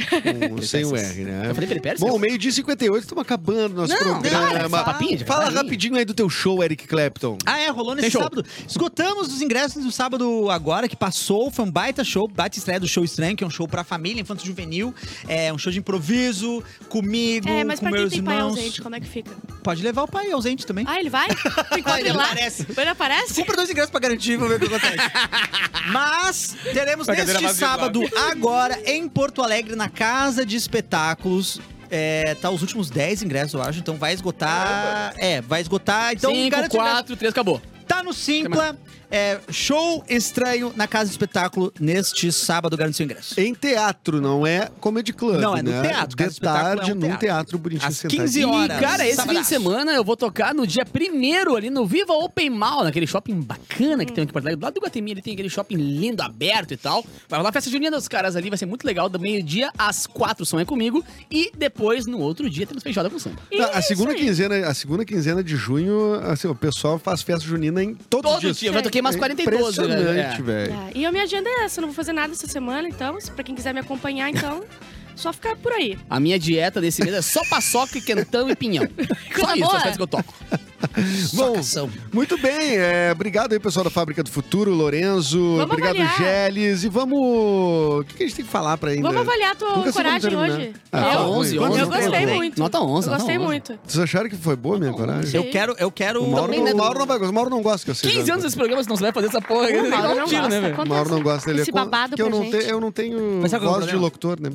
A: Com- Sem o R, né?
C: Eu falei peripécias?
A: Bom, meio-dia e 58, estamos acabando nosso
C: Não,
A: programa.
C: cara, fala papinho, já
A: Fala
C: tá aí.
A: rapidinho aí do teu show, Eric Clapton.
B: Ah, é, rolou
C: Tem
B: nesse
C: show.
B: sábado. Esgotamos os ingressos no sábado agora, que passou. Foi um baita show, baita estreia do Show Estranho, que é um show pra família, infanto juvenil. É um show de improviso, comigo,
C: Hum,
D: É, mas
B: com
D: pra quem
B: meus
D: tem pai
B: irmãos.
D: ausente, como é que fica?
B: Pode levar o pai ausente também.
D: Ah, ele vai? Tu encontra
B: Ele
D: ele lá?
B: aparece.
D: Ele aparece?
B: Compra dois ingressos pra garantir, vamos ver o que acontece. Mas teremos
E: cadeira
B: neste
E: vazia do
B: sábado, agora, em Porto Alegre, na Casa de Espetáculos. É, tá os últimos 10 ingressos, eu acho. Então vai esgotar. É, vai esgotar. Então
C: Cinco,
B: garante o ingresso.
C: quatro, três, acabou.
B: Tá no Simpla. É, show estranho na Casa do Espetáculo neste sábado, garante seu ingresso.
A: Em teatro, não é comedy club,
B: Não, é no
A: né?
B: teatro, cara,
A: De
B: espetáculo é um
A: tarde, num
B: teatro.
A: teatro bonitinho
B: Às
A: sentadinho. é-
B: 15 horas.
A: Ih,
C: Cara, esse fim de
B: Sabadaço.
C: semana eu vou tocar no dia primeiro ali no Viva Open Mall, naquele shopping bacana que tem aqui em Porto Alegre. Do lado do Guatemi ele tem aquele shopping lindo, aberto e tal. Vai rolar a festa junina dos caras ali, vai ser muito legal. Do meio-dia às quatro, o som é comigo. E depois, no outro dia, temos feijoada com samba.
A: Não, a, segunda quinzena, a segunda quinzena de junho, assim, o pessoal faz festa junina em todos os
C: Todo
A: dias.
C: dia, eu já toquei umas 42, né?
A: É Impressionante,
C: É.
A: velho.
D: Ah, E a minha agenda é essa, eu não vou fazer nada essa semana, então, se- pra quem quiser me acompanhar, então, só ficar por aí.
C: A minha dieta desse mês é só paçoca, quentão e pinhão. Só
D: Coisa
C: isso,
D: boa.
C: as festas que eu toco.
A: Bom,
C: Socação.
A: muito bem. é, obrigado aí, pessoal da Fábrica do Futuro, Lorenzo. obrigado,
D: avaliar.
A: Geles. E vamos... O que que a gente tem que falar pra ainda?
D: Vamos avaliar a tua
A: Nunca sei quando
D: coragem
A: terminar.
D: hoje.
A: Ah,
D: eu,
A: tá bom,
C: onze,
A: eu
C: onze,
D: eu
C: nota
D: gostei
C: onze.
D: muito.
C: Nota 11,
D: eu
C: nota
D: gostei
C: 11.
D: muito.
A: Vocês acharam que foi boa a minha coragem?
B: Eu quero, eu quero.
A: O Mauro,
B: também,
A: não,
B: né,
A: o
B: do-
A: Mauro não vai gostar. O Mauro não gosta que eu seja.
C: 15 anos desse programa, senão você vai fazer essa porra.
D: O
C: Tem que dar
D: Mauro
C: um
D: não
C: tiro, né,
D: gosta.
C: velho?
A: O
D: Conta
A: Mauro não gosta. Ele
D: esse
A: é co-
D: babado
A: que eu
D: pra
A: não,
D: gente.
A: te- eu não tenho
B: Mas sabe qual é o
A: voz de
B: problema?
A: locutor, né?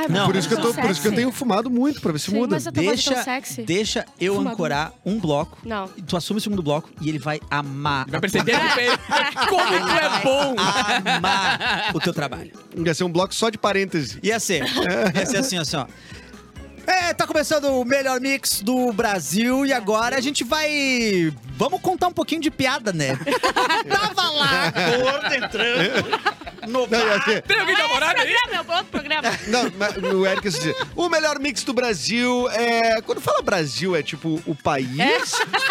D: Ai,
B: Não,
A: por, isso que eu tô, por isso que eu tenho fumado muito pra ver se
D: Sim,
A: muda.
D: mas eu tô deixa, tão
B: Deixa,
D: sexy.
B: deixa eu
D: Fumador.
B: ancorar um bloco.
D: Não.
B: Tu assume o segundo bloco e ele vai amar.
C: Vai perceber que- como tu é bom.
B: amar o teu trabalho.
A: Ia ser um bloco só de parêntese.
B: Ia ser. Ia ser é assim, assim, ó. É, tá começando o melhor mix do Brasil e agora a gente vai. Vamos contar um pouquinho de piada, né? Tava lá, gordo entrando no
A: Não, assim, ia
B: bar.
A: ser-
D: Não é esse programa, é o outro programa.
A: Não, mas o Eric dizia, o melhor mix do Brasil é... Quando fala Brasil, é tipo o país?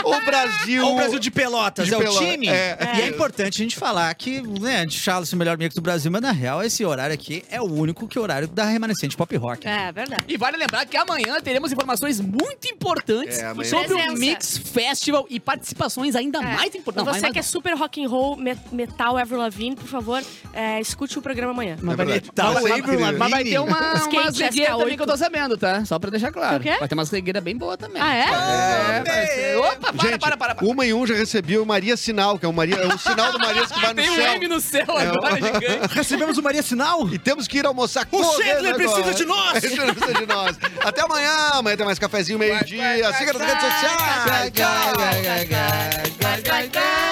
A: Ou Brasil...
B: Ou o Brasil de Pelotas
A: De
B: é
A: Pelo-
B: o time.
A: é.
B: E é importante a gente falar que né, a gente fala assim, o melhor mix do Brasil, mas na real esse horário aqui é o único que é o horário da remanescente pop rock.
D: É, verdade.
C: E vale lembrar que amanhã teremos informações muito importantes
A: É, amanhã.
C: sobre o
D: Presença.
C: Mix Festival e participações ainda
D: É.
C: mais importantes.
D: Então
C: Não,
D: você
C: mais-
D: que é super rock and roll, me- metal, Avril Lavigne, por favor, é, escute o programa amanhã.
A: É verdade.
B: Metal,
A: Mas- mas-
B: Avril Lavigne.
C: Mas vai ter um- uma,
D: Skate,
C: uma regueira
D: SK8.
C: também que eu tô sabendo, tá? Só pra deixar claro.
D: O quê?
C: Vai ter umas regueiras bem boas também.
D: Ah, é?
A: É,
C: vai ser- Opa, para,
A: Gente,
C: para, para, para.
A: uma em um já recebeu o Maria Sinal, que é o, Maria, é o sinal do Marias que vai no
C: Tem um
A: céu.
C: M no céu agora, gigante.
B: Recebemos o Maria Sinal?
A: E temos que ir almoçar com
B: Chandler precisa de nós!
A: precisa de nós. Até amanhã. Amanhã tem mais cafezinho, meio-dia. Siga nas redes sociais. Tchau, tchau.
D: Vai, vai, vai.